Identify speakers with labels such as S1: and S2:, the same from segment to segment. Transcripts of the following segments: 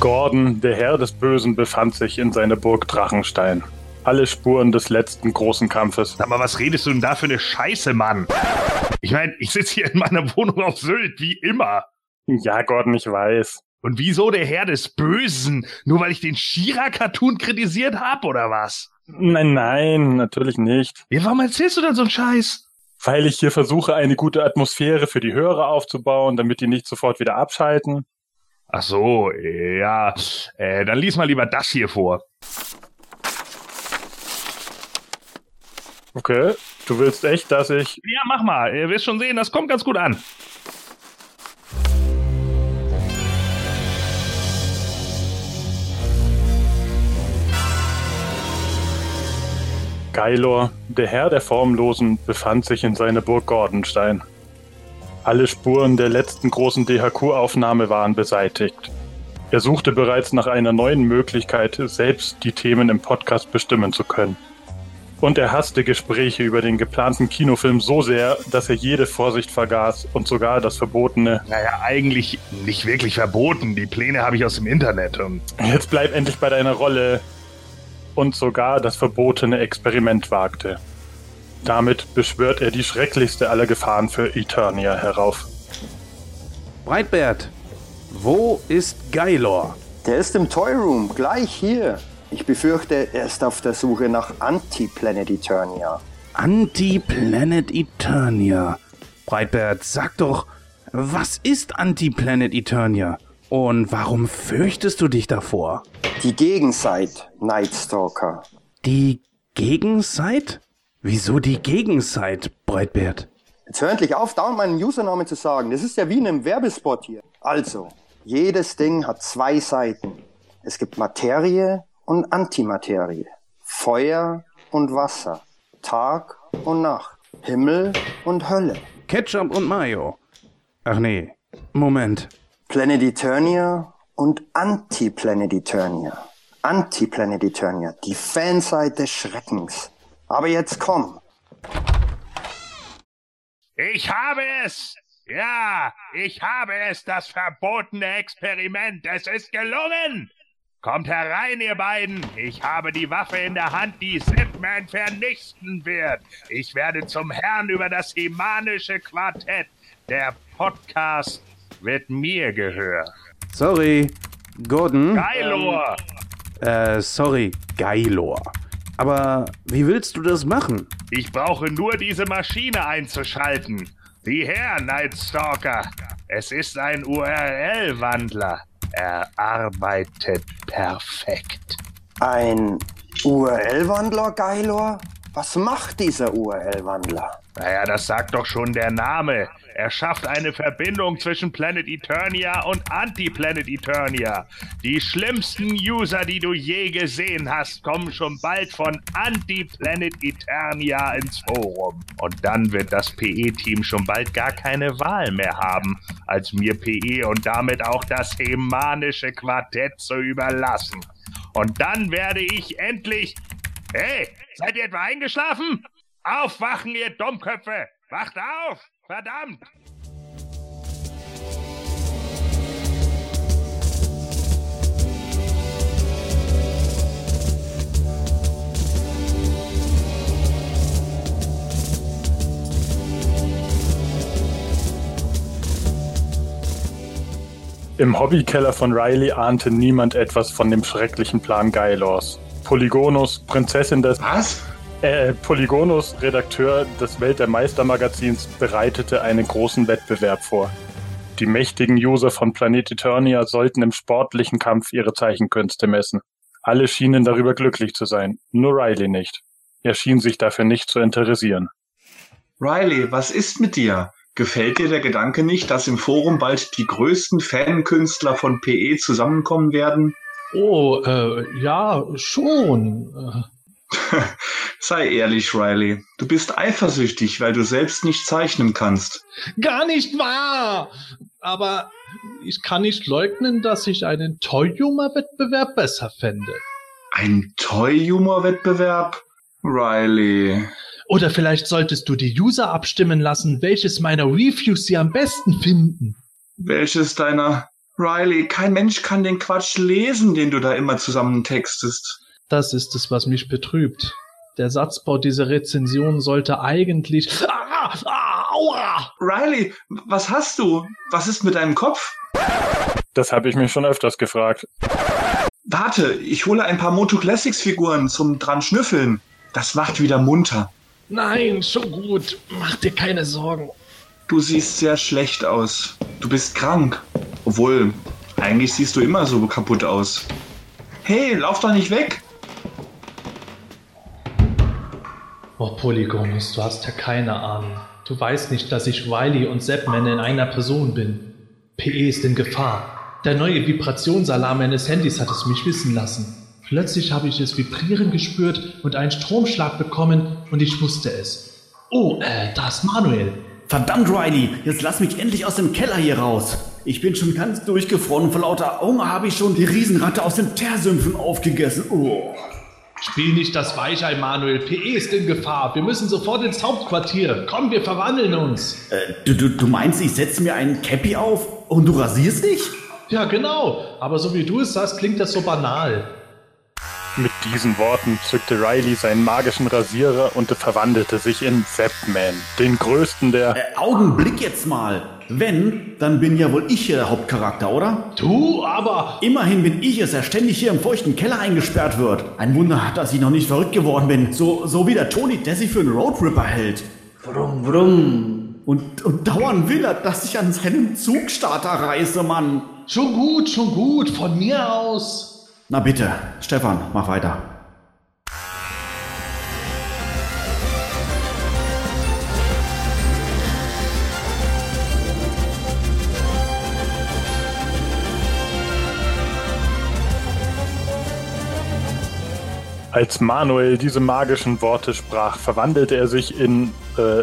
S1: Gordon, der Herr des Bösen, befand sich in seiner Burg Drachenstein. Alle Spuren des letzten großen Kampfes.
S2: Sag mal, was redest du denn da für eine Scheiße, Mann? Ich meine, ich sitze hier in meiner Wohnung auf Sylt, wie immer.
S1: Ja, Gordon, ich weiß.
S2: Und wieso der Herr des Bösen? Nur weil ich den Shira-Cartoon kritisiert hab, oder was?
S1: Nein, nein, natürlich nicht.
S2: Ja, warum erzählst du denn so einen Scheiß?
S1: Weil ich hier versuche, eine gute Atmosphäre für die Hörer aufzubauen, damit die nicht sofort wieder abschalten.
S2: Ach so, ja. Äh, dann lies mal lieber das hier vor.
S1: Okay, du willst echt, dass ich...
S2: Ja, mach mal. Ihr wirst schon sehen, das kommt ganz gut an.
S1: Geilor, der Herr der Formlosen, befand sich in seiner Burg Gordenstein. Alle Spuren der letzten großen DHQ-Aufnahme waren beseitigt. Er suchte bereits nach einer neuen Möglichkeit, selbst die Themen im Podcast bestimmen zu können. Und er hasste Gespräche über den geplanten Kinofilm so sehr, dass er jede Vorsicht vergaß und sogar das Verbotene.
S2: Naja, eigentlich nicht wirklich verboten. Die Pläne habe ich aus dem Internet. Und
S1: Jetzt bleib endlich bei deiner Rolle, und sogar das verbotene Experiment wagte. Damit beschwört er die schrecklichste aller Gefahren für Eternia herauf.
S3: Breitbert, wo ist Gailor?
S4: Der ist im Toy Room, gleich hier. Ich befürchte, er ist auf der Suche nach Anti-Planet Eternia.
S3: Anti-Planet Eternia. Breitbert, sag doch, was ist Anti-Planet Eternia? Und warum fürchtest du dich davor?
S4: Die Gegenseit, Nightstalker.
S3: Die Gegenseit? Wieso die Gegenseit, Breitbert?
S4: Jetzt hör endlich auf, dauernd meinen Username zu sagen. Das ist ja wie in einem Werbespot hier. Also, jedes Ding hat zwei Seiten. Es gibt Materie und Antimaterie. Feuer und Wasser. Tag und Nacht. Himmel und Hölle.
S3: Ketchup und Mayo. Ach nee, Moment.
S4: Planet Eternia und Anti-Planet Eternia. Anti-Planet Eternia, die Fanseite des Schreckens. Aber jetzt komm.
S2: Ich habe es! Ja, ich habe es, das verbotene Experiment. Es ist gelungen! Kommt herein, ihr beiden! Ich habe die Waffe in der Hand, die Sipman vernichten wird. Ich werde zum Herrn über das himanische Quartett. Der Podcast wird mir gehören.
S3: Sorry, Gordon.
S2: Geilor!
S3: Äh, sorry, Geilor. Aber wie willst du das machen?
S2: Ich brauche nur diese Maschine einzuschalten. Sieh her, Nightstalker. Es ist ein URL-Wandler. Er arbeitet perfekt.
S4: Ein URL-Wandler, Geilor? Was macht dieser URL-Wandler?
S2: Naja, das sagt doch schon der Name. Er schafft eine Verbindung zwischen Planet Eternia und Anti-Planet Eternia. Die schlimmsten User, die du je gesehen hast, kommen schon bald von Anti-Planet Eternia ins Forum. Und dann wird das PE-Team schon bald gar keine Wahl mehr haben, als mir PE und damit auch das hemanische Quartett zu überlassen. Und dann werde ich endlich... Hey, seid ihr etwa eingeschlafen? Aufwachen, ihr Dummköpfe! Wacht auf! Verdammt!
S1: Im Hobbykeller von Riley ahnte niemand etwas von dem schrecklichen Plan Gailors. Polygonus, Prinzessin des...
S5: Was?
S1: Äh, Polygonus, Redakteur des Welt der Meistermagazins, bereitete einen großen Wettbewerb vor. Die mächtigen User von Planet Eternia sollten im sportlichen Kampf ihre Zeichenkünste messen. Alle schienen darüber glücklich zu sein, nur Riley nicht. Er schien sich dafür nicht zu interessieren.
S5: Riley, was ist mit dir? Gefällt dir der Gedanke nicht, dass im Forum bald die größten Fankünstler von PE zusammenkommen werden?
S6: Oh, äh, ja, schon. Äh,
S5: Sei ehrlich, Riley. Du bist eifersüchtig, weil du selbst nicht zeichnen kannst.
S6: Gar nicht wahr! Aber ich kann nicht leugnen, dass ich einen Toyuma-Wettbewerb besser fände.
S5: Ein Toy-Humor-Wettbewerb? Riley.
S6: Oder vielleicht solltest du die User abstimmen lassen, welches meiner Reviews sie am besten finden.
S5: Welches deiner. Riley, kein Mensch kann den Quatsch lesen, den du da immer zusammentextest.
S6: Das ist es, was mich betrübt. Der Satzbau dieser Rezension sollte eigentlich. Ah, ah, aua!
S5: Riley, was hast du? Was ist mit deinem Kopf?
S1: Das habe ich mich schon öfters gefragt.
S5: Warte, ich hole ein paar Moto Classics Figuren zum dran schnüffeln. Das macht wieder munter.
S6: Nein, schon gut. Mach dir keine Sorgen.
S5: Du siehst sehr schlecht aus. Du bist krank. Obwohl, eigentlich siehst du immer so kaputt aus. Hey, lauf doch nicht weg.
S6: Oh, Polygonus, du hast ja keine Ahnung. Du weißt nicht, dass ich Wiley und Zapman in einer Person bin. PE ist in Gefahr. Der neue Vibrationsalarm eines Handys hat es mich wissen lassen. Plötzlich habe ich es vibrieren gespürt und einen Stromschlag bekommen und ich wusste es. Oh, äh, da ist Manuel.
S7: Verdammt, Riley, jetzt lass mich endlich aus dem Keller hier raus. Ich bin schon ganz durchgefroren und vor lauter Hunger habe ich schon die Riesenratte aus den Teersümpfen aufgegessen. Oh.
S6: Spiel nicht das Weichei, Manuel. PE ist in Gefahr. Wir müssen sofort ins Hauptquartier. Komm, wir verwandeln uns.
S7: Äh, du, du, du meinst, ich setze mir einen Cappy auf und du rasierst dich?
S6: Ja, genau. Aber so wie du es sagst, klingt das so banal.
S1: Mit diesen Worten zückte Riley seinen magischen Rasierer und verwandelte sich in Zapman, den größten der.
S7: Äh, Augenblick jetzt mal. Wenn, dann bin ja wohl ich hier der Hauptcharakter, oder?
S6: Du aber.
S7: Immerhin bin ich es, der ständig hier im feuchten Keller eingesperrt wird. Ein Wunder, dass ich noch nicht verrückt geworden bin. So, so wie der Tony, der sich für einen Roadripper hält.
S8: Brumm, brumm.
S7: Und, und dauern will er, dass ich an seinem Zugstarter reiße, Mann.
S6: Schon gut, schon gut. Von mir aus.
S7: Na bitte, Stefan, mach weiter.
S1: Als Manuel diese magischen Worte sprach, verwandelte er sich in äh,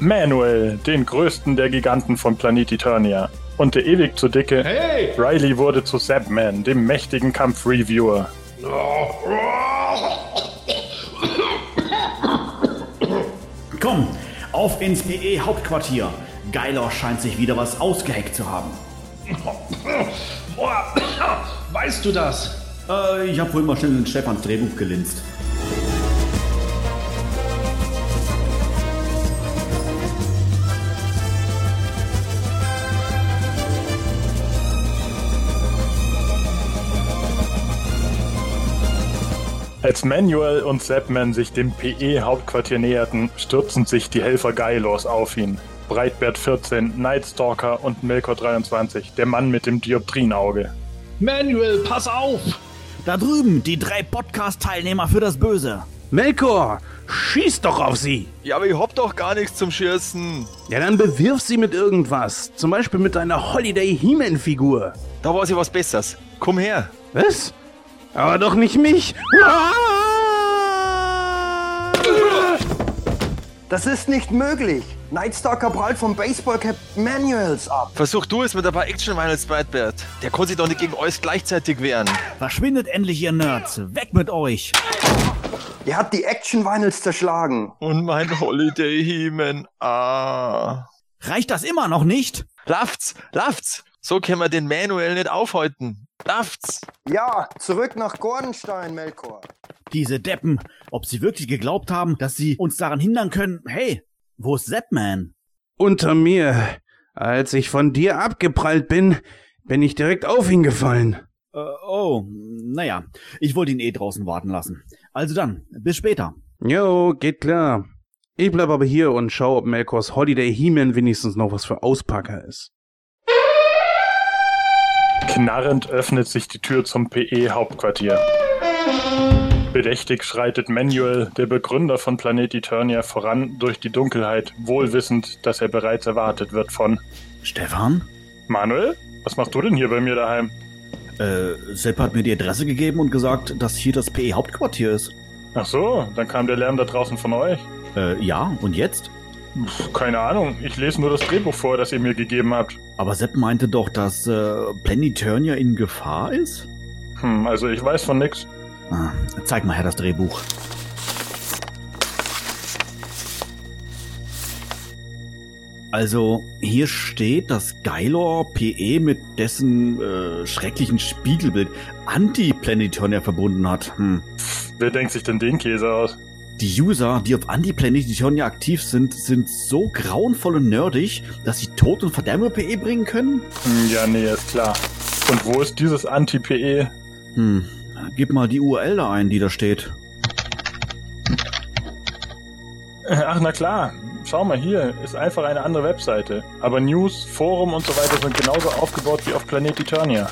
S1: Manuel, den größten der Giganten von Planet Eternia. Und der ewig zu dicke
S6: Hey!
S1: Riley wurde zu Zapman, dem mächtigen Kampfreviewer.
S7: Komm, auf ins BE-Hauptquartier. Geiler scheint sich wieder was ausgeheckt zu haben.
S6: Boah, weißt du das?
S7: Äh, ich habe wohl mal schnell in Stefans Drehbuch gelinst.
S1: Als Manuel und Zapman sich dem PE-Hauptquartier näherten, stürzten sich die Helfer Geilos auf ihn. Breitbert 14, Nightstalker und Melkor 23, der Mann mit dem Dioptrienauge.
S6: Manuel, pass auf!
S7: Da drüben, die drei Podcast-Teilnehmer für das Böse.
S3: Melkor, schieß doch auf sie.
S9: Ja, aber ich hab doch gar nichts zum Schießen.
S3: Ja, dann bewirf sie mit irgendwas. Zum Beispiel mit deiner Holiday He-Man-Figur.
S9: Da war sie was Besseres. Komm her.
S3: Was? Aber doch nicht mich.
S4: Das ist nicht möglich. Nightstalker prallt vom Baseballcap Manuals ab.
S9: Versuch du es mit ein paar action als Breitbert. Der kann sich doch nicht gegen alles gleichzeitig wehren.
S7: Verschwindet endlich, ihr Nerds. Weg mit euch.
S4: Der hat die Action-Vinyls zerschlagen.
S9: Und mein Holiday Heeman. Ah.
S7: Reicht das immer noch nicht?
S9: Lafts, lafts. So können wir den Manuel nicht aufhalten. Lafts.
S4: Ja, zurück nach Gordenstein, Melkor.
S7: Diese Deppen. Ob sie wirklich geglaubt haben, dass sie uns daran hindern können? Hey, wo ist Zapman?
S3: Unter mir, als ich von dir abgeprallt bin, bin ich direkt auf ihn gefallen.
S7: Äh, oh, naja. Ich wollte ihn eh draußen warten lassen. Also dann, bis später.
S3: Jo, geht klar. Ich bleib aber hier und schau, ob Melkors Holiday He-Man wenigstens noch was für Auspacker ist.
S1: Knarrend öffnet sich die Tür zum PE-Hauptquartier. Bedächtig schreitet Manuel, der Begründer von Planet Eternia, voran durch die Dunkelheit, wohlwissend, dass er bereits erwartet wird von
S7: Stefan?
S1: Manuel? Was machst du denn hier bei mir daheim?
S7: Äh, Sepp hat mir die Adresse gegeben und gesagt, dass hier das PE-Hauptquartier ist.
S1: Ach so, dann kam der Lärm da draußen von euch.
S7: Äh, ja, und jetzt?
S1: Pff, keine Ahnung, ich lese nur das Drehbuch vor, das ihr mir gegeben habt.
S7: Aber Sepp meinte doch, dass äh, Planeturnia in Gefahr ist?
S1: Hm, also ich weiß von nix.
S7: Ah, zeig mal her das Drehbuch. Also hier steht, dass Gailor PE mit dessen äh, schrecklichen Spiegelbild Antiplanetonia verbunden hat. Hm.
S1: Wer denkt sich denn den Käse aus?
S7: Die User, die auf Antiplanetonia aktiv sind, sind so grauenvoll und nerdig, dass sie Tod und Verdammung PE bringen können?
S1: Hm, Ja, nee, ist klar. Und wo ist dieses E? Anti-PE?
S7: Hm. Gib mal die URL da ein, die da steht.
S1: Ach, na klar. Schau mal hier, ist einfach eine andere Webseite. Aber News, Forum und so weiter sind genauso aufgebaut wie auf Planet Eternia.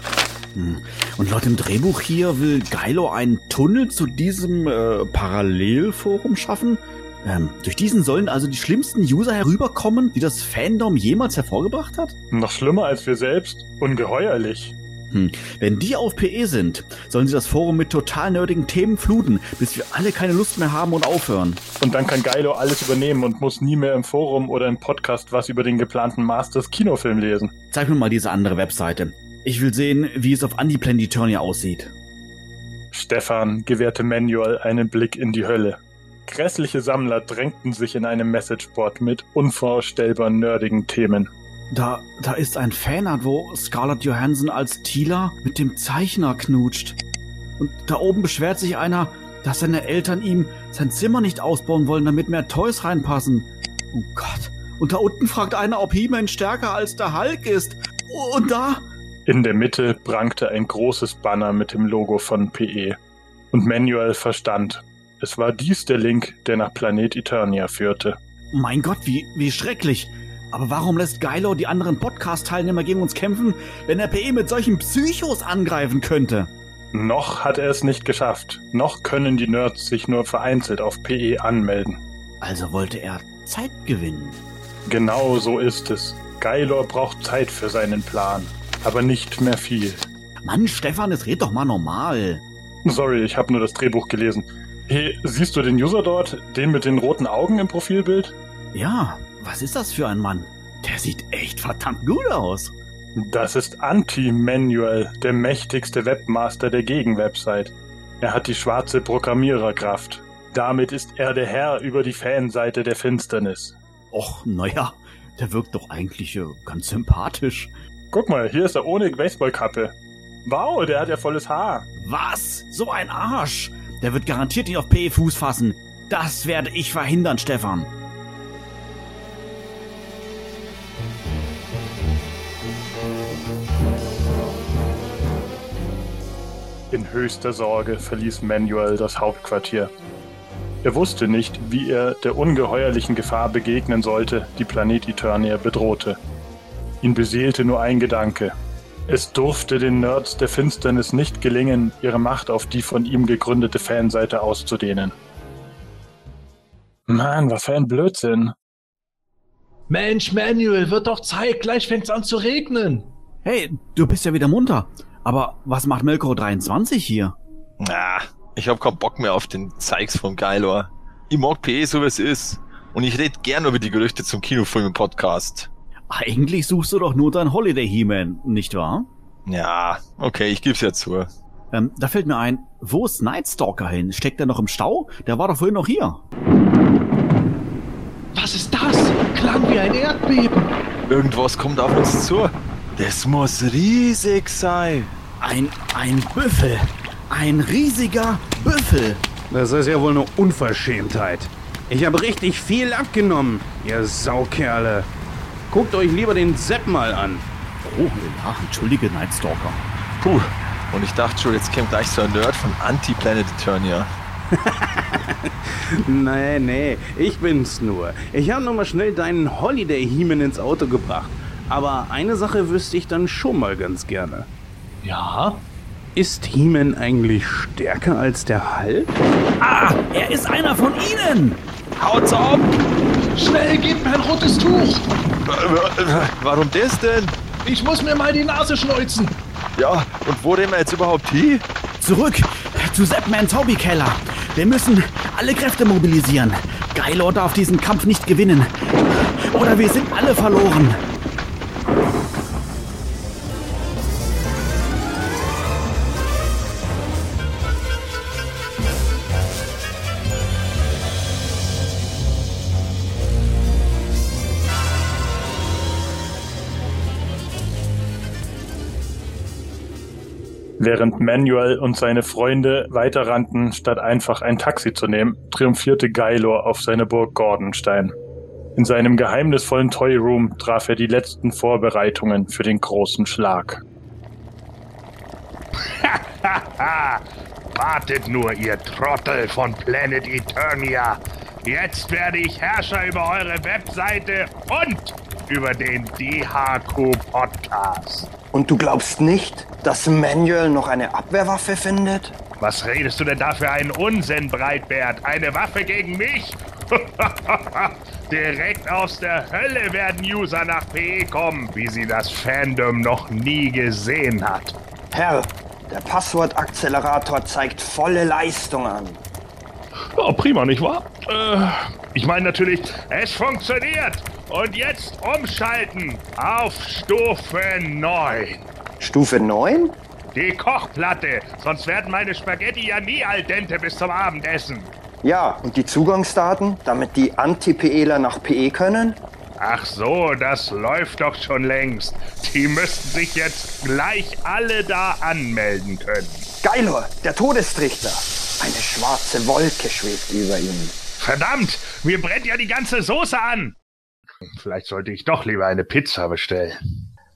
S7: Hm. Und laut dem Drehbuch hier will Geilor einen Tunnel zu diesem äh, Parallelforum schaffen. Ähm, durch diesen sollen also die schlimmsten User herüberkommen, die das Fandom jemals hervorgebracht hat?
S1: Noch schlimmer als wir selbst? Ungeheuerlich.
S7: Hm. Wenn die auf PE sind, sollen sie das Forum mit total nerdigen Themen fluten, bis wir alle keine Lust mehr haben und aufhören.
S1: Und dann kann Geilo alles übernehmen und muss nie mehr im Forum oder im Podcast was über den geplanten Masters Kinofilm lesen.
S7: Zeig mir mal diese andere Webseite. Ich will sehen, wie es auf Antiplanetonia aussieht.
S1: Stefan gewährte Manuel einen Blick in die Hölle. Grässliche Sammler drängten sich in einem Messageboard mit unvorstellbar nerdigen Themen.
S7: Da, da ist ein Fanart, wo Scarlett Johansson als Tila mit dem Zeichner knutscht. Und da oben beschwert sich einer, dass seine Eltern ihm sein Zimmer nicht ausbauen wollen, damit mehr Toys reinpassen. Oh Gott. Und da unten fragt einer, ob He-Man stärker als der Hulk ist. Und da?
S1: In der Mitte prangte ein großes Banner mit dem Logo von PE. Und Manuel verstand. Es war dies der Link, der nach Planet Eternia führte.
S7: Oh Mein Gott, wie, wie schrecklich. Aber warum lässt Geilo die anderen Podcast-Teilnehmer gegen uns kämpfen, wenn er PE mit solchen Psychos angreifen könnte?
S1: Noch hat er es nicht geschafft. Noch können die Nerds sich nur vereinzelt auf PE anmelden.
S7: Also wollte er Zeit gewinnen.
S1: Genau so ist es. Geilor braucht Zeit für seinen Plan. Aber nicht mehr viel.
S7: Mann, Stefan, es red doch mal normal.
S1: Sorry, ich habe nur das Drehbuch gelesen. Hey, siehst du den User dort? Den mit den roten Augen im Profilbild?
S7: Ja, was ist das für ein Mann? Der sieht echt verdammt gut aus.
S1: Das ist Anti-Manuel, der mächtigste Webmaster der Gegenwebsite. Er hat die schwarze Programmiererkraft. Damit ist er der Herr über die Fanseite der Finsternis.
S7: Och, naja, der wirkt doch eigentlich äh, ganz sympathisch.
S1: Guck mal, hier ist er ohne Baseballkappe. Wow, der hat ja volles Haar.
S7: Was? So ein Arsch! Der wird garantiert nicht auf PE Fuß fassen. Das werde ich verhindern, Stefan.
S1: In höchster Sorge verließ Manuel das Hauptquartier. Er wusste nicht, wie er der ungeheuerlichen Gefahr begegnen sollte, die Planet Eternia bedrohte. Ihn beseelte nur ein Gedanke. Es durfte den Nerds der Finsternis nicht gelingen, ihre Macht auf die von ihm gegründete Fanseite auszudehnen. Mann, was für ein Blödsinn.
S6: Mensch, Manuel, wird doch Zeit, gleich fängt's an zu regnen.
S7: Hey, du bist ja wieder munter. Aber was macht Melko 23 hier?
S9: Ah, ich hab keinen Bock mehr auf den Zeigs vom Geilor. Ich mag PE so wie es ist. Und ich red gern über die Gerüchte zum Kinofilm im Podcast.
S7: Eigentlich suchst du doch nur dein Holiday He-Man, nicht wahr?
S9: Ja, okay, ich geb's ja zu.
S7: Ähm, da fällt mir ein, wo ist Nightstalker hin? Steckt er noch im Stau? Der war doch vorhin noch hier.
S6: Was ist das? Klang wie ein Erdbeben.
S9: Irgendwas kommt auf uns zu. Das muss riesig sein.
S7: Ein, ein Büffel. Ein riesiger Büffel.
S3: Das ist ja wohl eine Unverschämtheit. Ich habe richtig viel abgenommen, ihr Saukerle. Guckt euch lieber den Sepp mal an.
S7: Oh, ja, entschuldige, Nightstalker.
S9: Puh. Und ich dachte schon, jetzt kommt gleich so ein Nerd von Anti-Planet Eternia.
S3: Nee, nee, ich bin's nur. Ich habe nochmal schnell deinen Holiday Heeman ins Auto gebracht. Aber eine Sache wüsste ich dann schon mal ganz gerne.
S6: Ja?
S3: Ist Heeman eigentlich stärker als der Hulk?
S7: Ah, er ist einer von ihnen.
S9: Haut's ab!
S6: Schnell, gebt mir ein rotes Tuch.
S9: Warum das denn?
S6: Ich muss mir mal die Nase schneuzen.
S9: Ja, und wo reden wir jetzt überhaupt hin?
S7: Zurück zu Zapmans Hobbykeller. Wir müssen alle Kräfte mobilisieren. Geilor darf diesen Kampf nicht gewinnen. Oder wir sind alle verloren.
S1: Während Manuel und seine Freunde weiterrannten, statt einfach ein Taxi zu nehmen, triumphierte Gailor auf seine Burg Gordenstein. In seinem geheimnisvollen Toy Room traf er die letzten Vorbereitungen für den großen Schlag.
S2: Haha, wartet nur, ihr Trottel von Planet Eternia. Jetzt werde ich Herrscher über eure Webseite und über den DHQ-Podcast.
S4: Und du glaubst nicht, dass Manuel noch eine Abwehrwaffe findet?
S2: Was redest du denn da für einen Unsinn, Breitbart? Eine Waffe gegen mich? Direkt aus der Hölle werden User nach PE kommen, wie sie das Fandom noch nie gesehen hat.
S4: Herr, der Passwortakzelerator zeigt volle Leistung an.
S2: Oh, prima, nicht wahr? Äh, ich meine natürlich, es funktioniert! Und jetzt umschalten auf Stufe 9.
S4: Stufe 9?
S2: Die Kochplatte, sonst werden meine Spaghetti ja nie al dente bis zum Abendessen.
S4: Ja, und die Zugangsdaten, damit die Anti-PEler nach PE können?
S2: Ach so, das läuft doch schon längst. Die müssten sich jetzt gleich alle da anmelden können.
S4: Geilor, der Todestrichter. Eine schwarze Wolke schwebt über ihm.
S2: Verdammt, mir brennt ja die ganze Soße an. Vielleicht sollte ich doch lieber eine Pizza bestellen.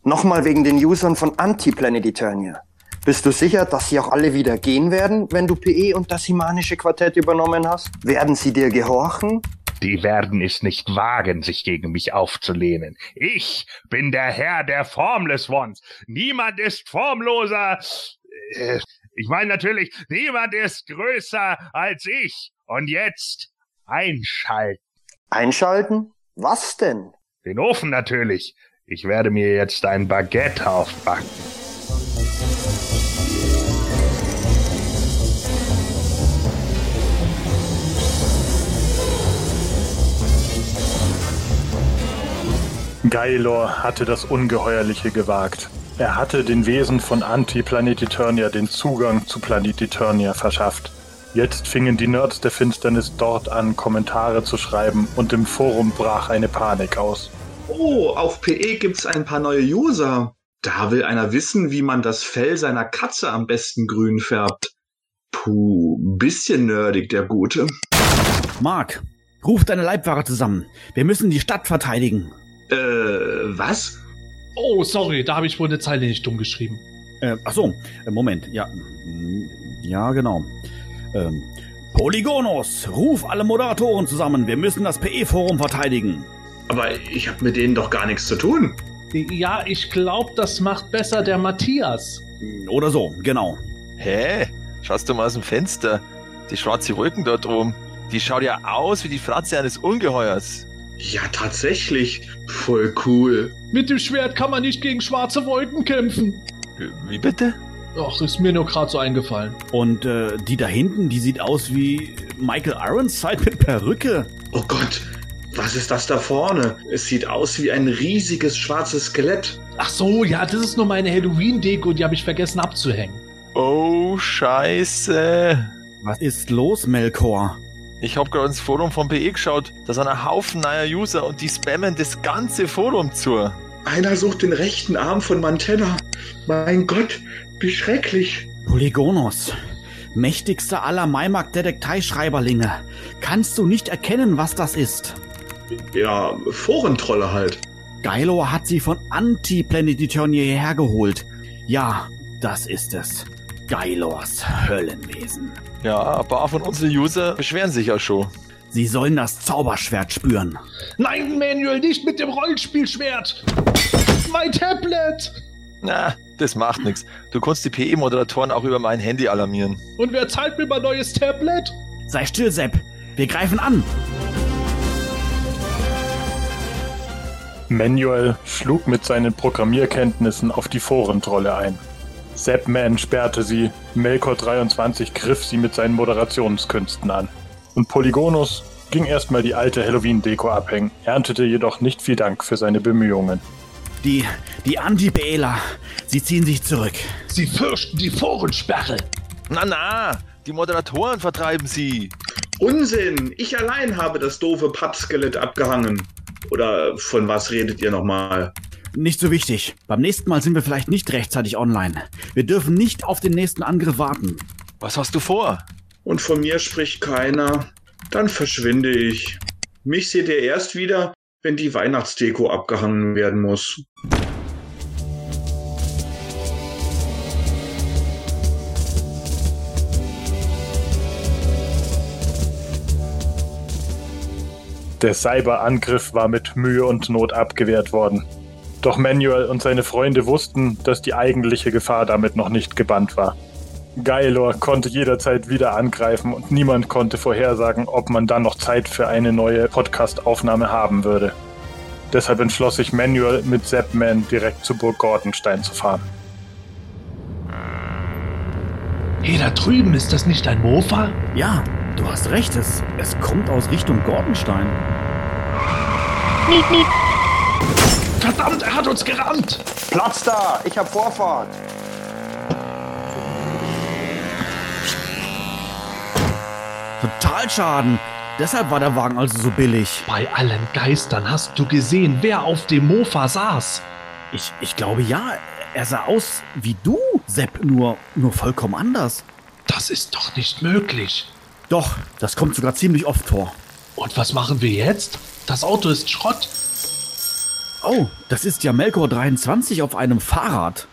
S4: Nochmal wegen den Usern von Anti-Planet Eternia. Bist du sicher, dass sie auch alle wieder gehen werden, wenn du PE und das Himanische Quartett übernommen hast? Werden sie dir gehorchen?
S2: Die werden es nicht wagen, sich gegen mich aufzulehnen. Ich bin der Herr der Formless Ones. Niemand ist formloser. äh, Ich meine natürlich, niemand ist größer als ich. Und jetzt einschalten.
S4: Einschalten? Was denn?
S2: Den Ofen natürlich. Ich werde mir jetzt ein Baguette aufbacken.
S1: Gailor hatte das Ungeheuerliche gewagt. Er hatte den Wesen von Anti-Planet Eternia den Zugang zu Planet Eternia verschafft. Jetzt fingen die Nerds der Finsternis dort an, Kommentare zu schreiben und im Forum brach eine Panik aus.
S5: Oh, auf PE gibt's ein paar neue User. Da will einer wissen, wie man das Fell seiner Katze am besten grün färbt. Puh, bisschen nerdig, der Gute.
S7: Mark, ruf deine Leibwache zusammen. Wir müssen die Stadt verteidigen.
S5: Äh, was?
S6: Oh, sorry, da habe ich wohl eine Zeile nicht dumm geschrieben.
S7: Äh, ach so, äh, Moment, ja. mm, Ja, genau. Ähm, Polygonos, ruf alle Moderatoren zusammen. Wir müssen das PE-Forum verteidigen.
S5: Aber ich hab mit denen doch gar nichts zu tun.
S6: Ja, ich glaube, das macht besser der Matthias.
S7: Oder so, genau.
S9: Hä? Schaust du mal aus dem Fenster? Die schwarze Wolken dort oben. Die schaut ja aus wie die Fratze eines Ungeheuers.
S5: Ja, tatsächlich. Voll cool.
S6: Mit dem Schwert kann man nicht gegen schwarze Wolken kämpfen.
S9: Wie- Äh, Wie bitte?
S6: Ach, ist mir nur gerade so eingefallen.
S7: Und äh, die da hinten, die sieht aus wie Michael Ironside mit Perücke.
S5: Oh Gott, was ist das da vorne? Es sieht aus wie ein riesiges schwarzes Skelett.
S6: Ach so, ja, das ist nur meine Halloween-Deko, die habe ich vergessen abzuhängen.
S9: Oh, scheiße.
S7: Was ist los, Melkor?
S9: Ich hab gerade ins Forum von PE geschaut. Da sind ein Haufen neuer User und die spammen das ganze Forum zu.
S5: Einer sucht den rechten Arm von Mantenna. Mein Gott, wie schrecklich.
S7: Polygonos, mächtigster aller Maimark-Detekteischreiberlinge. Kannst du nicht erkennen, was das ist?
S5: Ja, Forentrolle halt.
S7: Geilor hat sie von Anti-Planetiturnier hierher geholt. Ja, das ist es. Geilors Höllenwesen.
S9: Ja, ein paar von unseren User beschweren sich ja schon.
S7: Sie sollen das Zauberschwert spüren.
S6: Nein, Manuel, nicht mit dem Rollenspielschwert! Mein Tablet!
S9: Na, das macht nichts. Du kannst die PE-Moderatoren auch über mein Handy alarmieren.
S6: Und wer zahlt mir mein neues Tablet?
S7: Sei still, Sepp. Wir greifen an.
S1: Manuel schlug mit seinen Programmierkenntnissen auf die Forentrolle ein. Zapman sperrte sie, Melkor23 griff sie mit seinen Moderationskünsten an. Und Polygonus ging erstmal die alte Halloween-Deko abhängen, erntete jedoch nicht viel Dank für seine Bemühungen.
S7: Die, die Anti-Beeler, Ah, sie ziehen sich zurück.
S6: Sie fürchten die Forensperre.
S9: Na, na, die Moderatoren vertreiben sie.
S5: Unsinn! Ich allein habe das doofe Pappskelett abgehangen. Oder von was redet ihr nochmal?
S7: Nicht so wichtig. Beim nächsten Mal sind wir vielleicht nicht rechtzeitig online. Wir dürfen nicht auf den nächsten Angriff warten.
S9: Was hast du vor?
S5: Und von mir spricht keiner. Dann verschwinde ich. Mich seht ihr erst wieder, wenn die Weihnachtsdeko abgehangen werden muss.
S1: Der Cyberangriff war mit Mühe und Not abgewehrt worden. Doch Manuel und seine Freunde wussten, dass die eigentliche Gefahr damit noch nicht gebannt war. Gaelor konnte jederzeit wieder angreifen und niemand konnte vorhersagen, ob man dann noch Zeit für eine neue Podcast-Aufnahme haben würde. Deshalb entschloss sich Manuel, mit Zapman direkt zu Burg Gordenstein zu fahren.
S6: Hey, da drüben, ist das nicht ein Mofa?
S7: Ja, du hast recht, es, es kommt aus Richtung Gordenstein.
S6: Verdammt, er hat uns gerammt!
S4: Platz da! Ich hab Vorfahrt!
S7: Total Schaden. Deshalb war der Wagen also so billig.
S6: Bei allen Geistern hast du gesehen, wer auf dem Mofa saß.
S7: Ich, ich glaube ja, er sah aus wie du, Sepp, nur, nur vollkommen anders.
S6: Das ist doch nicht möglich.
S7: Doch, das kommt sogar ziemlich oft vor.
S6: Und was machen wir jetzt? Das Auto ist Schrott.
S7: Oh, das ist ja Melkor 23 auf einem Fahrrad.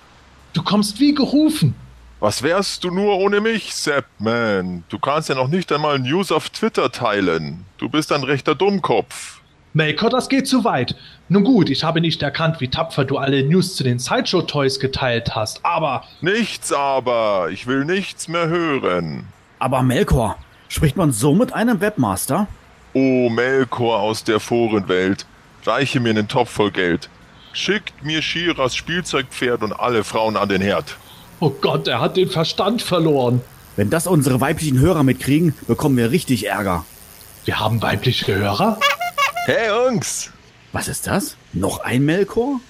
S6: Du kommst wie gerufen.
S10: Was wärst du nur ohne mich, Sapman? Du kannst ja noch nicht einmal News auf Twitter teilen. Du bist ein rechter Dummkopf.
S6: Melkor, das geht zu weit. Nun gut, ich habe nicht erkannt, wie tapfer du alle News zu den Sideshow-Toys geteilt hast, aber
S10: Nichts aber. Ich will nichts mehr hören.
S7: Aber Melkor, spricht man so mit einem Webmaster?
S10: O Melkor aus der Forenwelt, reiche mir einen Topf voll Geld. Schickt mir Shiras Spielzeugpferd und alle Frauen an den Herd.
S6: oh Gott, er hat den Verstand verloren.
S7: Wenn das unsere weiblichen Hörer mitkriegen, bekommen wir richtig Ärger.
S6: Wir haben weibliche Hörer?
S9: Hey Jungs,
S7: Was ist das? Noch ein Melkor?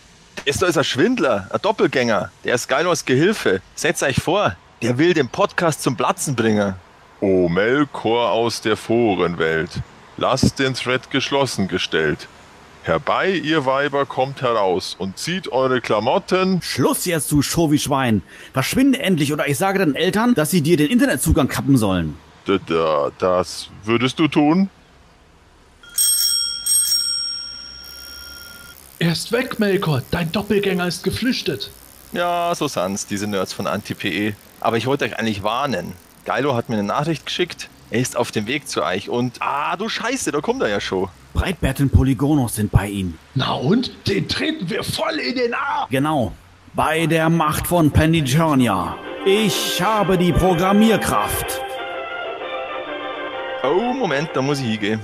S9: ist da ist ein Schwindler, ein Doppelgänger. Der ist Skylors Gehilfe. Setzt euch vor, der will den Podcast zum Platzen bringen.
S10: O Melkor aus der Forenwelt, lasst den Thread geschlossen gestellt. Herbei, ihr Weiber, kommt heraus und zieht eure Klamotten.
S7: Schluss jetzt, du Schwein. Verschwinde endlich oder ich sage deinen Eltern, dass sie dir den Internetzugang kappen sollen.
S10: Da, da, das würdest du tun?
S6: Er ist weg, Melkor. Dein Doppelgänger ist geflüchtet.
S9: Ja, so sind's, diese Nerds von Anti-PE. Aber ich wollte euch eigentlich warnen. Geilo hat mir eine Nachricht geschickt. Er ist auf dem Weg zu euch und. Ah, du Scheiße, da kommt er ja schon.
S7: Breitbert und Polygonos sind bei ihm.
S6: Na und? Den treten wir voll in den Arm.
S7: Genau. Bei der Macht von Pandigernia. Ich habe die Programmierkraft.
S9: Oh, Moment, da muss ich hingehen.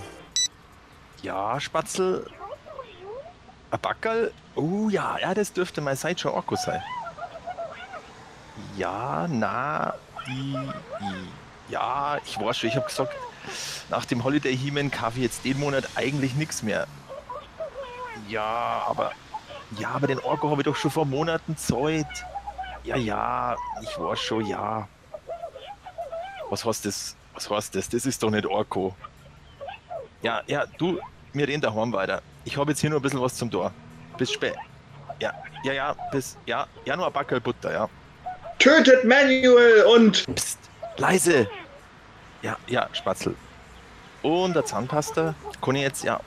S9: Ja, Spatzel. Ein Backerl. Oh ja, ja, das dürfte mein Sideshow Orko sein. Ja, na, i, i. ja, ich war schon, ich habe gesagt, nach dem Holiday He-Man kaufe ich jetzt den Monat eigentlich nichts mehr. Ja, aber, ja, aber den Orko habe ich doch schon vor Monaten zahlt. Ja, ja, ich war schon, ja. Was heißt das? Was heißt das? Das ist doch nicht Orko. Ja, ja, du, wir reden daheim weiter. Ich habe jetzt hier nur ein bisschen was zum Tor. Bis spät. Ja, ja, ja, bis, ja, ja, nur ein Backel Butter, ja.
S5: Tötet Manuel und
S9: Psst, leise! Ja, ja, Spatzel. Und der Zahnpasta kann ich jetzt, ja.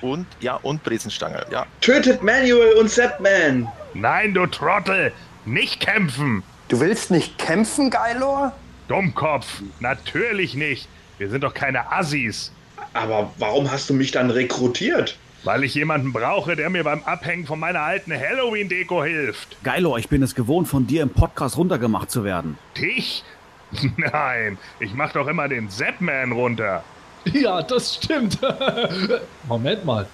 S9: Und, ja, und Bresenstange, ja.
S5: tötet Manuel und Zapman.
S2: Nein, du Trottel! Nicht kämpfen!
S4: Du willst nicht kämpfen, Geilor?
S2: Dummkopf! Natürlich nicht! Wir sind doch keine Assis!
S5: Aber warum hast du mich dann rekrutiert?
S2: Weil ich jemanden brauche, der mir beim Abhängen von meiner alten Halloween-Deko hilft.
S7: Geilo, ich bin es gewohnt, von dir im Podcast runtergemacht zu werden.
S2: Dich? Nein, ich mach doch immer den Zapman runter.
S6: Ja, das stimmt. Moment mal.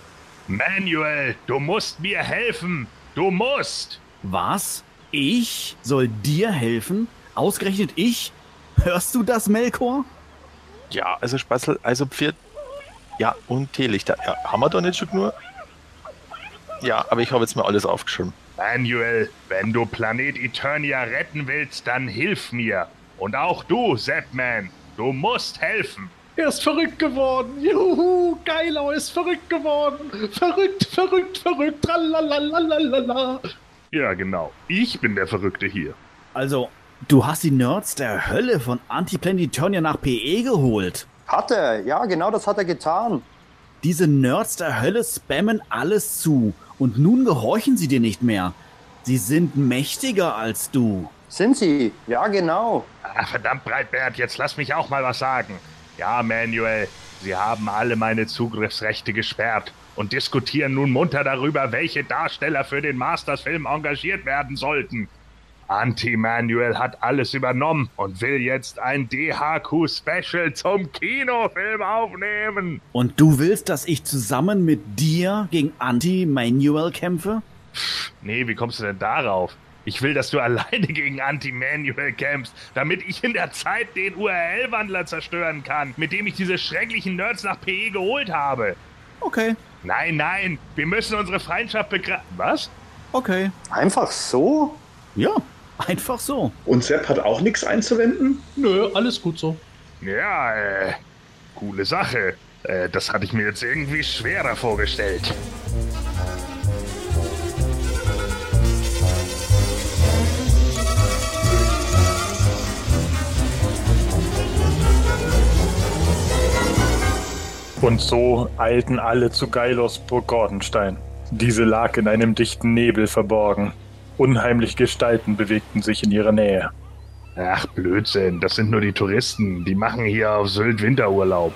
S2: Manuel, du musst mir helfen. Du musst.
S7: Was? Ich soll dir helfen? Ausgerechnet ich? Hörst du das, Melkor?
S9: Ja, also Spatzel, also Pferd. Ja, und Teelichter. Ja, haben wir doch nicht schon nur? Ja, aber ich habe jetzt mal alles aufgeschrieben.
S2: Manuel, wenn du Planet Eternia retten willst, dann hilf mir. Und auch du, Zapman, du musst helfen.
S6: Er ist verrückt geworden. Juhu, Geilau ist verrückt geworden. Verrückt, verrückt, verrückt. Tralalalalala.
S2: Ja, genau. Ich bin der Verrückte hier.
S7: Also, du hast die Nerds der Hölle von Antiplanetonia nach PE geholt.
S4: Hat er, ja, genau das hat er getan.
S7: Diese Nerds der Hölle spammen alles zu. Und nun gehorchen sie dir nicht mehr. Sie sind mächtiger als du.
S4: Sind sie? Ja, genau.
S2: Ah, verdammt, Breitbart, jetzt lass mich auch mal was sagen. Ja, Manuel, Sie haben alle meine Zugriffsrechte gesperrt und diskutieren nun munter darüber, welche Darsteller für den Masters-Film engagiert werden sollten. Anti-Manuel hat alles übernommen und will jetzt ein DHQ-Special zum Kinofilm aufnehmen.
S7: Und du willst, dass ich zusammen mit dir gegen Anti-Manuel kämpfe?
S2: Nee, wie kommst du denn darauf? Ich will, dass du alleine gegen Anti-Manuel kämpfst, damit ich in der Zeit den URL-Wandler zerstören kann, mit dem ich diese schrecklichen Nerds nach PE geholt habe.
S7: Okay,
S2: Nein, nein, wir müssen unsere Feindschaft begraben. Was?
S7: okay.
S4: Einfach so?
S7: Ja, einfach so.
S5: Und Sepp hat auch nichts einzuwenden?
S6: Nö, alles gut so.
S2: Ja, äh, coole Sache. Äh, das hatte ich mir jetzt irgendwie schwerer vorgestellt.
S1: Und so eilten alle zu Geilos Burg Gordenstein. Diese lag in einem dichten Nebel verborgen. Unheimliche Gestalten bewegten sich in ihrer Nähe.
S2: Ach, Blödsinn, das sind nur die Touristen. Die machen hier auf Sylt Winterurlaub.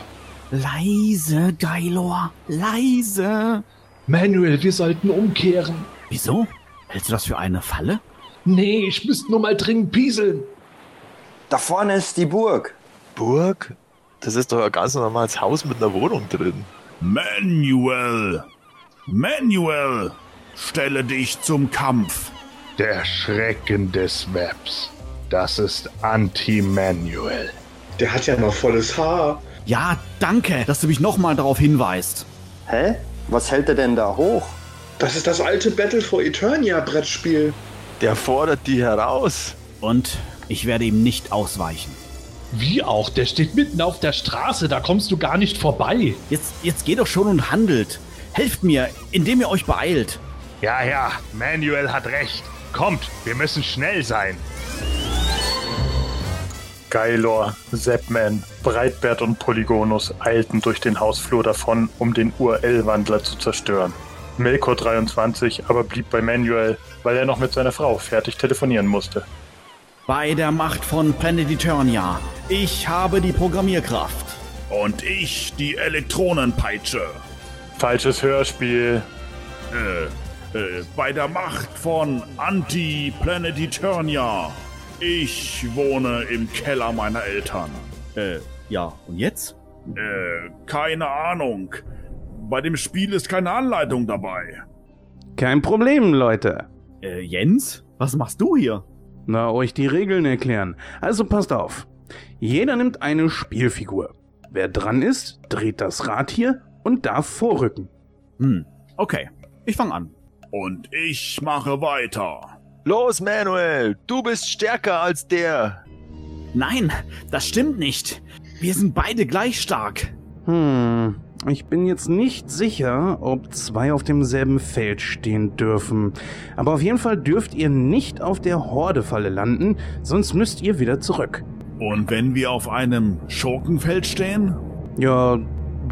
S7: Leise, Geilor, leise.
S6: Manuel, wir sollten umkehren.
S7: Wieso? Hältst du das für eine Falle?
S6: Nee, ich müsste nur mal dringend pieseln.
S4: Da vorne ist die Burg.
S9: Burg? Das ist doch ein ganz normales Haus mit einer Wohnung drin.
S11: Manuel! Manuel! Stelle dich zum Kampf!
S2: Der Schrecken des Maps. Das ist Anti-Manuel.
S5: Der hat ja noch volles Haar.
S7: Ja, danke, dass du mich nochmal darauf hinweist.
S4: Hä? Was hält er denn da hoch?
S5: Das ist das alte Battle for Eternia Brettspiel.
S9: Der fordert die heraus.
S7: Und ich werde ihm nicht ausweichen.
S6: Wie auch? Der steht mitten auf der Straße, da kommst du gar nicht vorbei.
S7: Jetzt, jetzt geht doch schon und handelt. Helft mir, indem ihr euch beeilt.
S2: Ja, ja, Manuel hat recht. Kommt, wir müssen schnell sein.
S1: Geilor, Zepman, Breitbert und Polygonus eilten durch den Hausflur davon, um den URL-Wandler zu zerstören. Melkor 23 aber blieb bei Manuel, weil er noch mit seiner Frau fertig telefonieren musste.
S7: Bei der Macht von Planet Eternia. Ich habe die Programmierkraft.
S11: Und ich die Elektronenpeitsche.
S1: Falsches Hörspiel.
S11: Äh, äh, bei der Macht von Anti-Planet Eternia. Ich wohne im Keller meiner Eltern.
S7: Äh, ja, und jetzt?
S11: Äh, keine Ahnung. Bei dem Spiel ist keine Anleitung dabei.
S3: Kein Problem, Leute.
S7: Äh, Jens? Was machst du hier?
S3: Na, euch die Regeln erklären. Also passt auf. Jeder nimmt eine Spielfigur. Wer dran ist, dreht das Rad hier und darf vorrücken.
S7: Hm, okay. Ich fange an.
S11: Und ich mache weiter.
S9: Los, Manuel, du bist stärker als der.
S7: Nein, das stimmt nicht. Wir sind beide gleich stark.
S3: Hm, ich bin jetzt nicht sicher, ob zwei auf demselben Feld stehen dürfen. Aber auf jeden Fall dürft ihr nicht auf der Hordefalle landen, sonst müsst ihr wieder zurück.
S11: Und wenn wir auf einem Schurkenfeld stehen?
S3: Ja,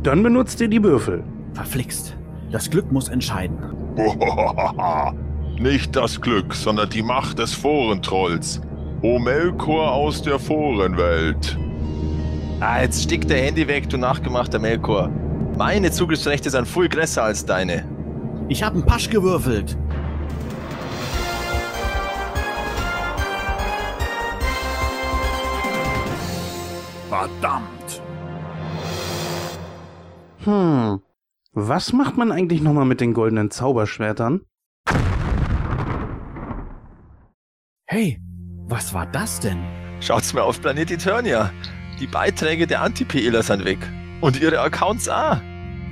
S3: dann benutzt ihr die Würfel.
S7: Verflixt. Das Glück muss entscheiden.
S10: Bohohohoho. Nicht das Glück, sondern die Macht des Forentrolls. O Melkor aus der Forenwelt.
S9: Ah, jetzt stick der Handy weg, du nachgemachter Melkor. Meine Zugriffsrechte sind viel größer als deine.
S7: Ich habe einen Pasch gewürfelt.
S11: Verdammt!
S3: Hm. Was macht man eigentlich nochmal mit den goldenen Zauberschwertern?
S7: Hey, was war das denn?
S9: Schaut's mal auf Planet Eternia. Die Beiträge der Anti-PEler sind weg. Und ihre Accounts auch.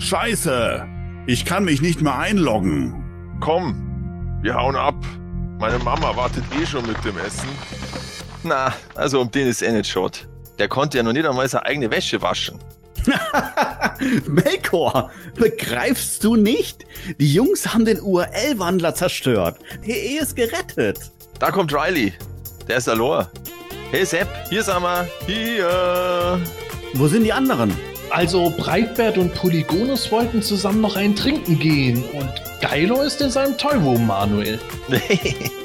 S11: Scheiße! Ich kann mich nicht mehr einloggen.
S10: Komm, wir hauen ab. Meine Mama wartet eh schon mit dem Essen.
S9: Na, also um den ist eh nicht schott. Der konnte ja noch nicht einmal seine eigene Wäsche waschen.
S7: Melkor, begreifst du nicht? Die Jungs haben den URL-Wandler zerstört. PE ist gerettet.
S9: Da kommt Riley. Der ist Alor. Hey Sepp, hier sind wir. Äh, Hier.
S7: Wo sind die anderen?
S6: Also Breitbert und Polygonus wollten zusammen noch einen trinken gehen und Geilo ist in seinem Tollwohn, Manuel.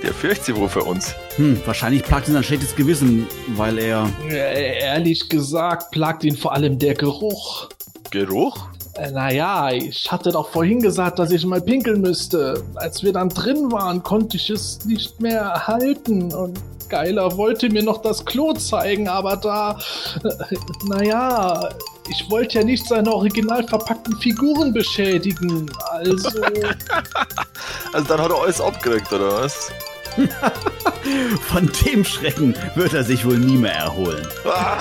S9: Der fürchtet sich wohl für uns.
S7: Hm, wahrscheinlich plagt ihn ein schlechtes Gewissen, weil er.
S6: Äh, ehrlich gesagt plagt ihn vor allem der Geruch.
S9: Geruch?
S6: Äh, naja, ich hatte doch vorhin gesagt, dass ich mal pinkeln müsste. Als wir dann drin waren, konnte ich es nicht mehr erhalten und Geiler wollte mir noch das Klo zeigen, aber da. Äh, naja, ich wollte ja nicht seine original verpackten Figuren beschädigen. Also.
S9: Also dann hat er alles abgerückt, oder was?
S7: Von dem Schrecken wird er sich wohl nie mehr erholen.
S9: Ah.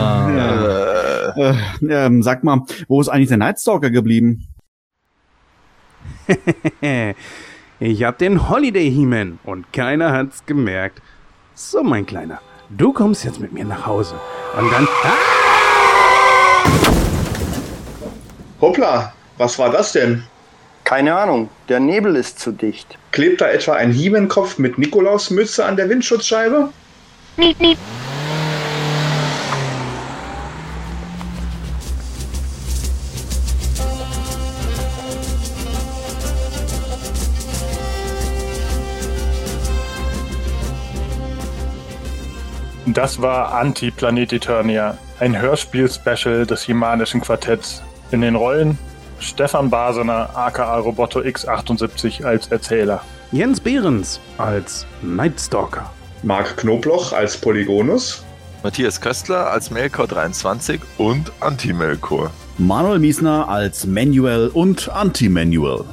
S10: Ah.
S7: Äh, ähm, sag mal, wo ist eigentlich der Nightstalker geblieben?
S3: Äh, ich hab den Holiday He-Man und keiner hat's gemerkt. So, mein Kleiner, du kommst jetzt mit mir nach Hause. Und dann. Ah!
S5: Hoppla, was war das denn?
S4: Keine Ahnung, der Nebel ist zu dicht.
S5: Klebt da etwa ein Hiebenkopf mit Nikolausmütze an der Windschutzscheibe?
S12: Miep, miep.
S1: Das war Anti-Planet Eternia, ein Hörspiel-Special des Himanischen Quartetts. In den Rollen Stefan Basener, aka Roboto X78 als Erzähler.
S3: Jens Behrens als Nightstalker.
S5: Marc Knobloch als Polygonus.
S9: Matthias Köstler als Melkor 23 und Anti-Melkor.
S7: Manuel Miesner als Manuel und Anti-Manuel.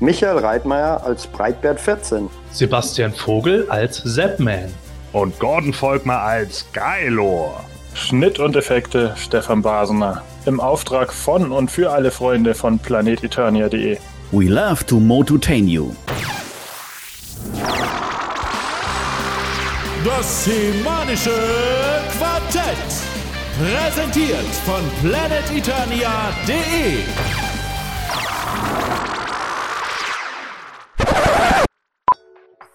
S4: Michael Reitmeier als Breitbert 14.
S6: Sebastian Vogel als Zapman.
S2: Und Gordon Volkmar als Geilor.
S1: Schnitt und Effekte Stefan Basener. Im Auftrag von und für alle Freunde von planeteternia.de.
S7: We love to motutain you.
S13: Das semanische Quartett. Präsentiert von planeteternia.de.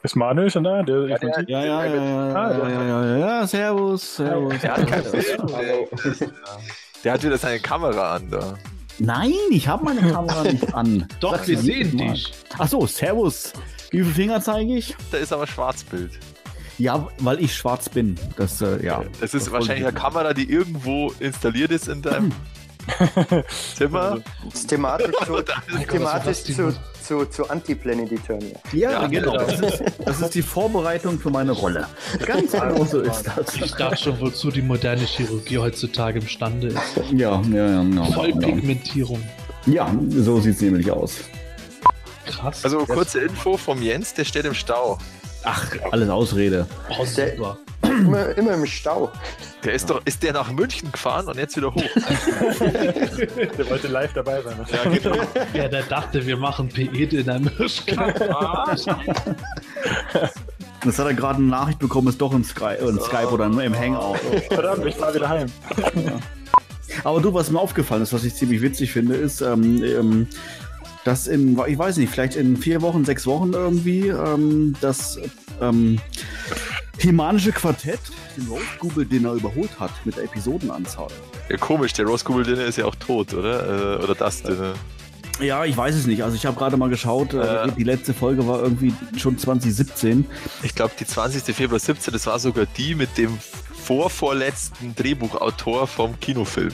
S1: Ist Manuel schon da? Der, Ah, ich mein-
S7: Ja, ja, ja, ja, ja, ja, ja, ja, servus, servus.
S9: Der hat kein Bild. Der, der hat wieder seine Kamera an da.
S7: Nein, ich habe meine Kamera nicht an.
S9: Doch,
S7: Sag's
S9: wir
S7: mir
S9: sehen
S7: jedes Mal.
S9: dich.
S7: Ach so, servus. Wie viele Finger zeige ich?
S9: Da ist aber Schwarzbild.
S7: Ja, weil ich schwarz bin. Das, äh, ja.
S9: Das ist
S7: Das
S9: wahrscheinlich eine Kamera, die irgendwo installiert ist in deinem Zimmer.
S4: Thematisch zu,
S9: Da ist-
S4: thematisch zu, zu, zu Anti-Planet Eternia.
S7: Ja,
S9: Ja,
S7: genau.
S9: genau.
S7: Das ist, das ist die Vorbereitung für meine Rolle. Ganz genau so ist das.
S6: Ich dachte schon, wozu die moderne Chirurgie heutzutage imstande ist.
S7: Ja, ja, ja. ja
S6: Vollpigmentierung.
S7: Ja, so sieht's nämlich aus.
S6: Krass.
S9: Also kurze Info vom Jens, der steht im Stau.
S7: Ach, alles Ausrede.
S6: Oh, super.
S4: Immer, immer im Stau.
S9: Der ist doch, ist der nach München gefahren und jetzt wieder hoch.
S1: Der wollte live dabei sein.
S9: Ja, genau.
S6: Ja, der dachte, wir machen Piet in der Mischkatze.
S7: Das hat er gerade eine Nachricht bekommen, ist doch im Sky, äh, im Skype oder im Hangout.
S1: Verdammt, ich fahr wieder heim.
S7: Aber du, was mir aufgefallen ist, was ich ziemlich witzig finde, ist, ähm, ähm, dass in, ich weiß nicht, vielleicht in vier Wochen, sechs Wochen irgendwie, ähm, das ähm, himanische Quartett den Road Google Dinner überholt hat mit der Episodenanzahl.
S9: Ja, komisch, der Rose Google Dinner ist ja auch tot, oder? Äh, Oder das Dinner.
S7: Ja, ich weiß es nicht. Also ich habe gerade mal geschaut, äh, die letzte Folge war irgendwie schon 2017.
S9: Ich glaube, die 20. Februar 17, das war sogar die mit dem vorvorletzten Drehbuchautor vom Kinofilm.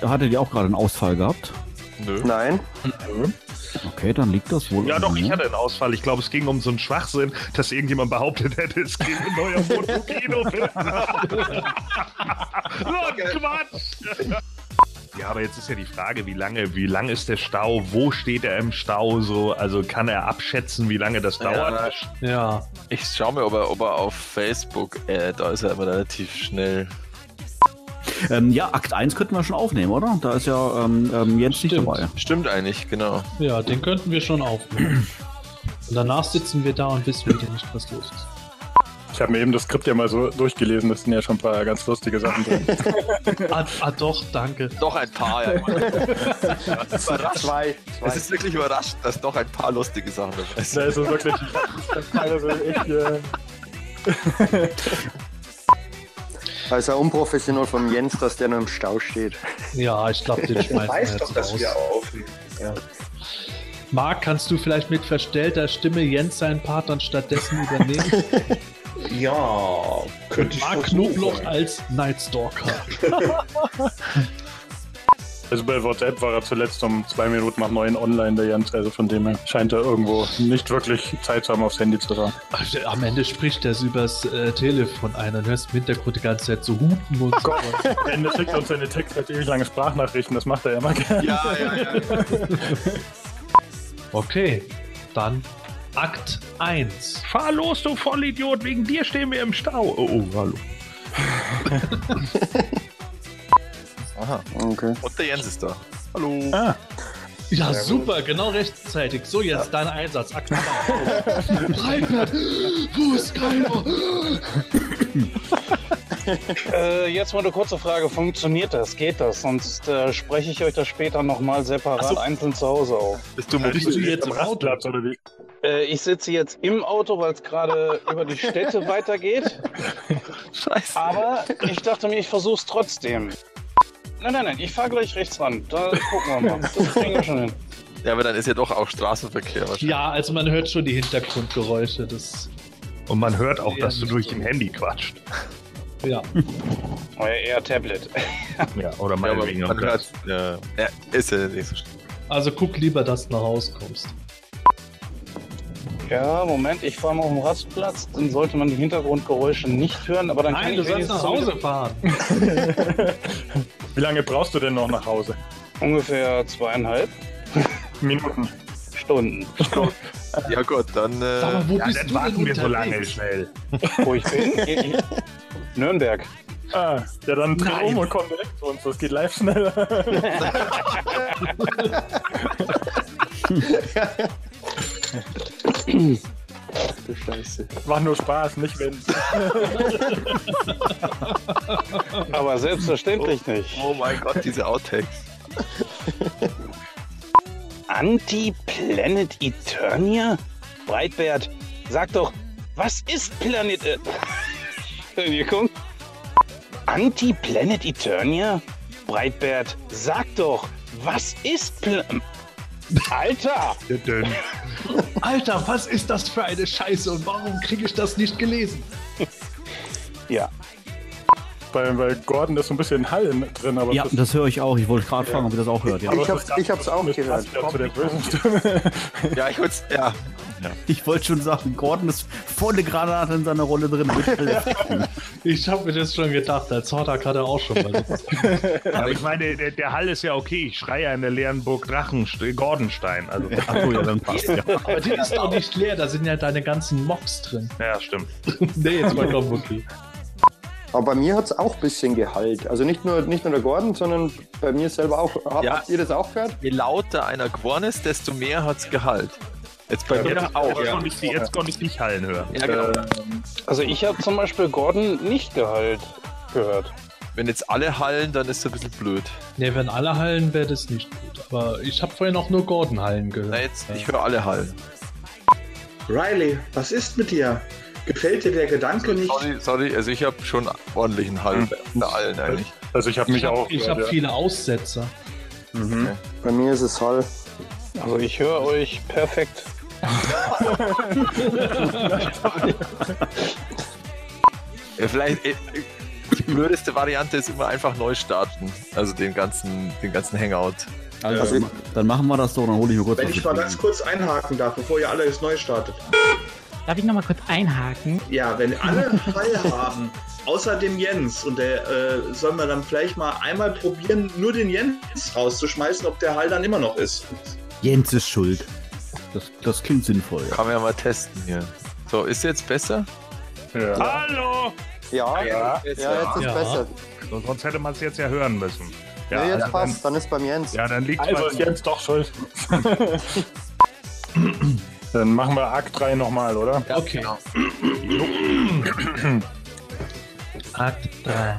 S7: Da hatte die auch gerade einen Ausfall gehabt.
S9: Nö.
S4: Nein.
S6: Hm?
S7: Okay, dann liegt das wohl.
S2: Ja,
S7: an
S2: doch,
S7: mir.
S6: Mhm.
S2: ich hatte einen Ausfall. Ich glaube, es ging um so einen Schwachsinn, dass irgendjemand behauptet hätte, es geht um ein neuer Fotokino. so ein Quatsch! Ja, aber jetzt ist ja die Frage, wie lange, wie lang ist der Stau? Wo steht er im Stau? So, also kann er abschätzen, wie lange das dauert?
S6: Ja.
S9: Ich schau mir, ob er, ob er auf Facebook, äh, da ist er immer relativ schnell.
S7: Ähm, ja, Akt 1 könnten wir schon aufnehmen, oder? Da ist ja ähm, ähm, Jens nicht dabei.
S9: Stimmt eigentlich, genau.
S6: Ja, den könnten wir schon aufnehmen. Und danach sitzen wir da und wissen wieder nicht, was los ist.
S1: Ich habe mir eben das Skript ja mal so durchgelesen, das sind ja schon ein paar ganz lustige Sachen drin.
S6: ah, ah, doch, danke.
S9: Doch ein paar, ja. Das ist überraschend.
S4: Zwei,
S9: Es ist wirklich überraschend, dass doch ein paar lustige Sachen dabei sind.
S1: Da ist so wirklich teilweise echt. Äh,
S4: Da ist ja Also unprofessionell von Jens, dass der nur im Stau steht.
S6: Ja, ich glaube, den schmeißen wir
S4: Weiß
S6: jetzt
S4: doch,
S6: raus.
S4: dass wir
S5: aufnehmen.
S6: Marc, kannst du vielleicht mit verstellter Stimme Jens seinen Part dann stattdessen übernehmen?
S5: Ja, könnte ich
S6: Marc Knobloch als Nightstalker.
S1: Also bei WhatsApp war er zuletzt um zwei Minuten nach neun online, der Jens. Also von dem her scheint er irgendwo nicht wirklich Zeit zu haben, aufs Handy zu fahren.
S6: Also, Am Ende spricht er es übers äh, Telefon ein und hörst im Hintergrund die ganze Zeit so hupen und so.
S1: Am Ende schickt er uns seine Texte als ewig lange Sprachnachrichten, das macht er ja immer gerne.
S9: Ja, ja, ja.
S6: Okay, dann Akt 1.
S2: Fahr los, du Vollidiot, wegen dir stehen wir im Stau. Oh, oh hallo.
S9: Aha.
S4: Okay.
S9: Und der Jens ist da. Hallo.
S3: Ah.
S6: Ja,
S9: Sehr
S6: super, genau rechtzeitig. So, jetzt dein Einsatz. Akt 2. Reinhard, wo ist keiner?
S3: Äh, jetzt mal eine kurze Frage. Funktioniert das? Geht das? Sonst äh, spreche ich euch das später nochmal separat einzeln zu Hause auf.
S9: Bist du,
S1: mobil? Bist du jetzt im Rastplatz oder wie?
S3: Äh, ich sitze jetzt im Auto, weil es gerade über die Städte weitergeht.
S9: Scheiße.
S3: Aber ich dachte mir, ich versuche es trotzdem. Nein, nein, nein, ich fahre gleich rechts ran. Da gucken wir mal. Das kriegen wir schon hin.
S9: Ja, aber dann ist ja doch auch Straßenverkehr wahrscheinlich.
S6: Ja, also man hört schon die Hintergrundgeräusche. Das,
S2: Und man hört auch, dass du durch dem Handy quatscht.
S6: ja.
S3: Euer eher Tablet.
S2: Ja, oder
S9: Ja, aber
S2: meinetwegen
S9: man
S2: auch das.
S9: hört, ja, ja, ist ja nicht so schlimm.
S6: Also guck lieber, dass du nach Hause kommst.
S3: Ja, Moment, ich fahre mal auf den Rastplatz. Dann sollte man die Hintergrundgeräusche nicht hören, aber dann kann
S6: Nein,
S3: ich
S6: du sollst
S3: wenigstens
S6: nach Hause fahren.
S1: Wie lange brauchst du denn noch nach Hause?
S3: ungefähr zweieinhalb
S1: Minuten.
S3: Stunden.
S9: Ja gut, dann äh,
S6: Sag mal, wo
S2: Ja,
S6: bist du
S2: dann
S6: denn
S2: warten wir so lange
S6: unterwegs?
S2: schnell.
S3: Wo ich bin? In Nürnberg.
S1: Ah, ja, dann dreh
S6: Nein.
S1: um und komm direkt zu uns, das geht live schneller.
S4: Scheiße.
S1: War nur Spaß, nicht wenn.
S3: Aber selbstverständlich nicht.
S9: oh mein Gott, diese Outtakes.
S3: Anti-Planet Eternia? Breitbart, sag doch, was ist Planet E- Eternia? Anti-Planet Eternia? Breitbart, sag doch, was ist Planet... Alter!
S6: Alter, was ist das für eine Scheiße und warum kriege ich das nicht gelesen?
S3: Ja,
S1: Bei, bei Gordon ist so ein bisschen Hall drin, aber
S7: Ja,
S1: das,
S7: das höre ich auch. Ich wollte gerade fragen, ob ihr das auch hört. Ja.
S1: aber
S4: Ich hab's-
S1: das-
S4: ich hab's auch
S1: das passt
S4: gehört.
S1: Ja zu der bösen Stimme.
S9: Ja, ich würde ja.
S7: Ich wollte schon sagen, Gordon ist volle Granate in seiner Rolle drin.
S6: Ich habe mir das schon gedacht, als Hordak hat er auch schon mal.
S2: Aber ich meine, der, der Hall ist ja okay. Ich schreie in der leeren Burg Drachen, Gordenstein. Also,
S7: Ach so, ja, dann passt. Ja.
S6: Aber die ist doch nicht leer, da sind ja deine ganzen Mobs drin.
S2: ja, stimmt.
S6: nee, jetzt mal komm, Wookie.
S4: Aber bei mir hat's auch ein bisschen Gehalt. Also nicht nur, nicht nur der Gordon, sondern bei mir selber auch. Hab,
S9: Ja.
S4: Habt ihr das auch gehört?
S9: Je lauter einer geworden ist, desto mehr hat's Gehalt. Jetzt bei mir
S2: Jetzt,
S9: auch.
S2: jetzt,
S9: Ja.
S2: konnte ich, die- jetzt konnte ich dich Hallen hören. Ähm,
S9: ja, genau.
S6: Ähm,
S3: also ich habe zum Beispiel Gordon nicht gehalt gehört.
S9: Wenn jetzt alle hallen, dann ist es ein bisschen blöd.
S6: Ne, wenn alle Hallen wäre das nicht gut. Aber ich habe vorhin auch nur Gordon Hallen gehört.
S9: Na, jetzt, ich höre alle hallen.
S5: Riley, was ist mit dir? Gefällt dir der Gedanke nicht?
S9: Sorry, sorry, also ich habe schon ordentlichen Hall bei allen eigentlich.
S1: Also ich habe mich
S6: ich habe
S1: auch.
S6: hab viele Aussetzer.
S2: Mhm.
S4: Bei mir ist es Hall.
S3: Also ich höre euch perfekt.
S9: Ja, vielleicht äh, die blödeste Variante ist immer einfach neu starten. Also den ganzen, den ganzen Hangout.
S7: Also, dann machen wir das doch, dann hole ich mir kurz
S5: Wenn
S7: was
S5: ich
S7: zu
S5: mal ganz
S7: trinken.
S5: kurz einhaken darf, bevor ihr alles neu startet.
S14: Darf ich nochmal kurz einhaken?
S5: Ja, wenn alle Hall haben, außer dem Jens. Und der äh, sollen wir dann vielleicht mal einmal probieren, nur den Jens rauszuschmeißen, ob der Hall dann immer noch ist.
S15: Jens ist schuld. Das, das klingt sinnvoll.
S9: Kann man ja mal testen hier. So, ist jetzt besser?
S2: Hallo!
S4: Ja, ja, jetzt ist besser.
S2: So, sonst hätte man es jetzt ja hören müssen. also
S4: Ja, nee, jetzt passt, dann ist beim Jens.
S2: Ja, dann liegt
S1: Also ist Jens doch schuld. Dann machen wir Akt 3 nochmal, oder?
S6: Ja, okay. Genau. Akt 3.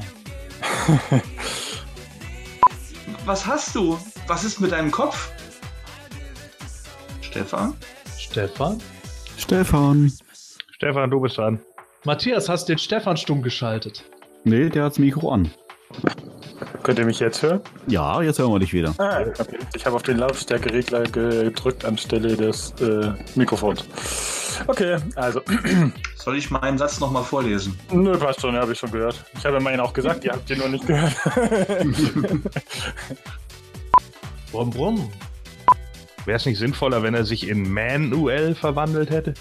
S5: Was hast du? Was ist mit deinem Kopf? Stefan?
S6: Stefan?
S15: Stefan.
S2: Stefan, du bist dran.
S6: Matthias, hast den Stefan stumm geschaltet?
S15: Nee, der hat's Mikro an.
S1: Könnt ihr mich jetzt hören?
S15: Ja, jetzt hören wir dich wieder.
S1: Ah, okay. Ich habe auf den Lautstärkeregler gedrückt anstelle des äh, Mikrofons. Okay, also.
S5: Soll ich meinen Satz nochmal vorlesen?
S1: Nö, passt schon, habe ich schon gehört. Ich habe meinen auch gesagt, ihr habt den noch nicht gehört.
S2: Brumm, brumm. Wäre es nicht sinnvoller, wenn er sich in Manuel verwandelt hätte?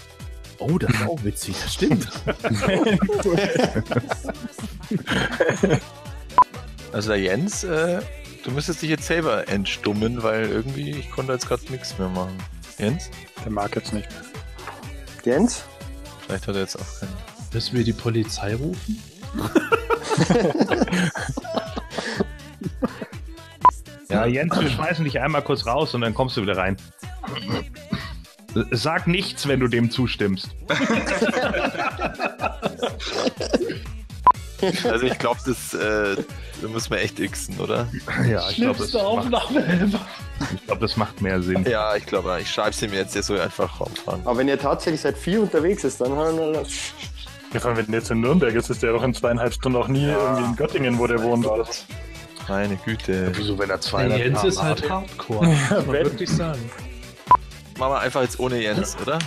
S15: Oh, das ist auch witzig, das stimmt.
S9: Also der Jens, äh, du müsstest dich jetzt selber entstummen, weil irgendwie ich konnte jetzt gerade nichts mehr machen. Jens?
S1: Der mag jetzt nicht.
S4: Jens?
S9: Vielleicht hat er jetzt auch keinen.
S6: Müssen wir die Polizei rufen?
S2: Ja, Jens, wir schmeißen dich einmal kurz raus und dann kommst du wieder rein. Sag nichts, wenn du dem zustimmst.
S9: Also ich glaube, das äh, da müssen wir echt xen, oder?
S2: Ja, ich glaube, das, macht- ich glaub, das macht mehr Sinn.
S9: Ja, ich glaube, ich schreibe sie mir jetzt so einfach rauffahren.
S4: Aber wenn ihr tatsächlich seit vier unterwegs ist, dann halt haben wir
S1: Ja, vor allem, wenn der jetzt in Nürnberg ist, ist der doch in zweieinhalb Stunden auch nie irgendwie in Göttingen, wo der wohnt. Oder so.
S9: Meine Güte.
S2: Wieso, wenn er
S6: Der
S2: 200
S6: Jens
S2: Gramm
S6: ist halt
S2: hat?
S6: hardcore, muss man wirklich sagen.
S9: Machen wir einfach jetzt ohne Jens, oder?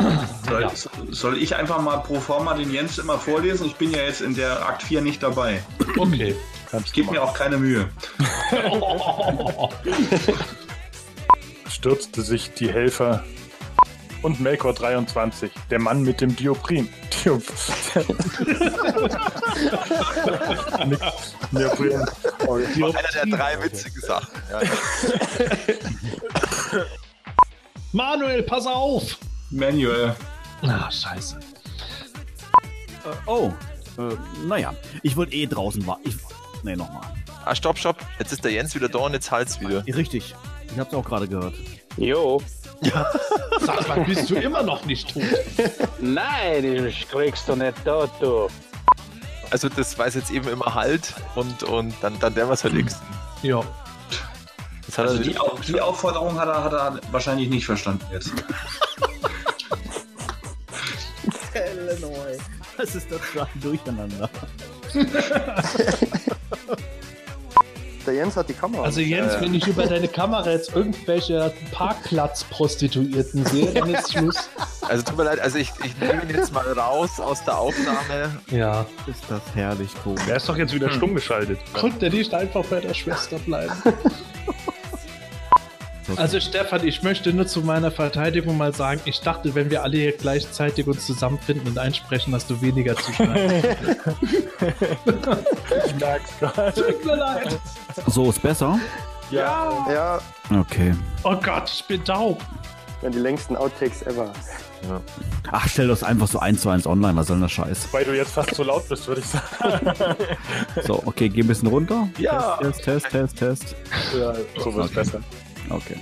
S5: Soll, soll ich einfach mal pro forma den Jens immer vorlesen? Ich bin ja jetzt in der Akt 4 nicht dabei.
S6: Okay.
S5: Ich gebe mir auch keine Mühe.
S1: Stürzte sich die Helfer und Melkor 23, der Mann mit dem Dioprim. Diop Nix. Dioprim.
S9: War Einer der drei witzigen Sachen. Ja, ja.
S6: Manuel, pass auf!
S5: Manuel.
S6: Ah, scheiße.
S15: Äh, oh, äh, naja, ich wollte eh draußen warten. Nee, nochmal.
S9: Ah, stopp, stopp. Jetzt ist der Jens wieder da und jetzt halt's wieder.
S15: Richtig, ich hab's auch gerade gehört.
S16: Jo.
S6: Sag mal, bist du immer noch nicht tot?
S16: Nein, ich kriegst du nicht tot, du.
S9: Also das weiß jetzt eben immer halt und, und dann, dann der was halt xen.
S6: Ja.
S9: Das hat
S5: Also
S9: er
S5: die, Au- die Aufforderung hat er, hat er wahrscheinlich nicht verstanden jetzt.
S15: Das ist das für ein Durcheinander.
S4: Der Jens hat die Kamera. Äh,
S6: Also Jens, wenn ich über deine Kamera jetzt irgendwelche Parkplatzprostituierten sehe, dann ist Schluss.
S9: Also tut mir leid, also ich, ich nehme ihn jetzt mal raus aus der Aufnahme.
S6: Ja.
S15: Ist das herrlich komisch.
S2: Er ist doch jetzt wieder stumm geschaltet.
S6: Konnte der nicht einfach bei der Schwester bleiben? Also Stefan, ich möchte nur zu meiner Verteidigung mal sagen, ich dachte, wenn wir alle hier gleichzeitig uns zusammenfinden und einsprechen, hast du weniger zu schneiden.
S1: Ich merk's gerade.
S6: Tut mir leid.
S15: So ist besser.
S1: Ja.
S4: Ja,
S15: Okay.
S6: Oh Gott, ich bin taub.
S4: dann die längsten Outtakes ever.
S15: Ach, stell das einfach so eins zu eins online, was soll denn der Scheiß?
S1: Weil du jetzt fast zu laut bist, würde ich sagen.
S15: So, okay, geh ein bisschen runter.
S9: Ja.
S15: Test, Test, Test, Test.
S1: Ja, so wird's besser.
S15: Okay.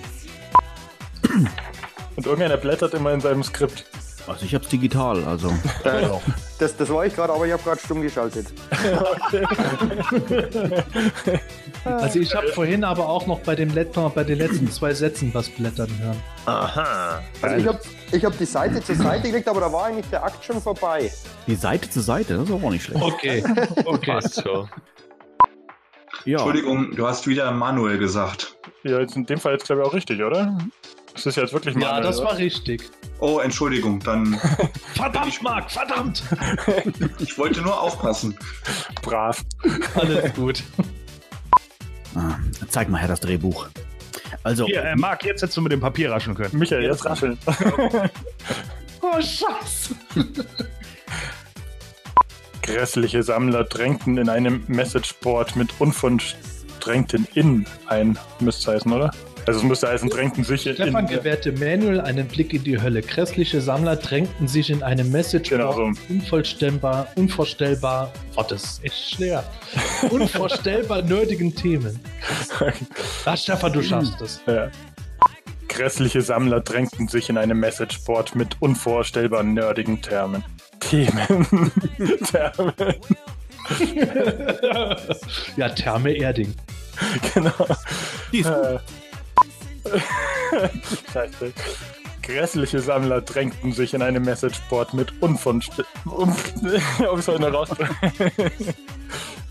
S1: Und irgendeiner blättert immer in seinem Skript.
S15: Also ich hab's digital, also.
S4: Äh, Das, das war ich gerade, aber ich habe gerade stumm geschaltet.
S6: Also ich habe vorhin aber auch noch bei, dem letzten, bei den letzten zwei Sätzen was blättern hören.
S9: Aha.
S4: Also ich habe ich hab die Seite zur Seite gelegt, aber da war eigentlich der Akt schon vorbei.
S15: Die Seite zu Seite, das ist auch nicht schlecht.
S6: Okay, okay.
S9: Passt schon.
S15: Ja.
S5: Entschuldigung, du hast wieder Manuel gesagt.
S1: Ja, jetzt in dem Fall jetzt glaube ich auch richtig, oder? Das ist ja jetzt wirklich
S6: Ja,
S1: Manuel,
S6: das
S1: oder?
S6: war richtig.
S5: Oh, Entschuldigung, dann.
S6: Verdammt, Marc, verdammt.
S5: Ich wollte nur aufpassen.
S1: brav.
S6: Alles gut.
S15: Ah, zeig mal her das Drehbuch. Also,
S2: Hier, äh, Marc, jetzt hättest du mit dem Papier raschen können. Oh,
S1: Michael, jetzt rascheln.
S6: Oh, scheiße.
S1: Grässliche Sammler drängten in einem Messageboard mit unverstrengten In ein. Müsste heißen, oder? Also es müsste heißen, drängten sich
S6: Stefan
S1: in.
S6: gewährte Manuel einen Blick in die Hölle. Grässliche Sammler drängten sich in einem Message
S1: Genau so.
S6: unvorstellbar, unvorstellbar, Gottes, echt schwer, unvorstellbar nerdigen Themen. Was, Stefan, du schaffst es.
S1: Ja. Grässliche Sammler drängten sich in einem Messageboard mit unvorstellbar nerdigen Termen. Themen. Termen.
S6: ja, Therme Erding.
S1: Genau. Äh. Scheiße. Grässliche Sammler drängten sich in einem Messageboard mit unvorstellbar... Ob ich heute noch raus...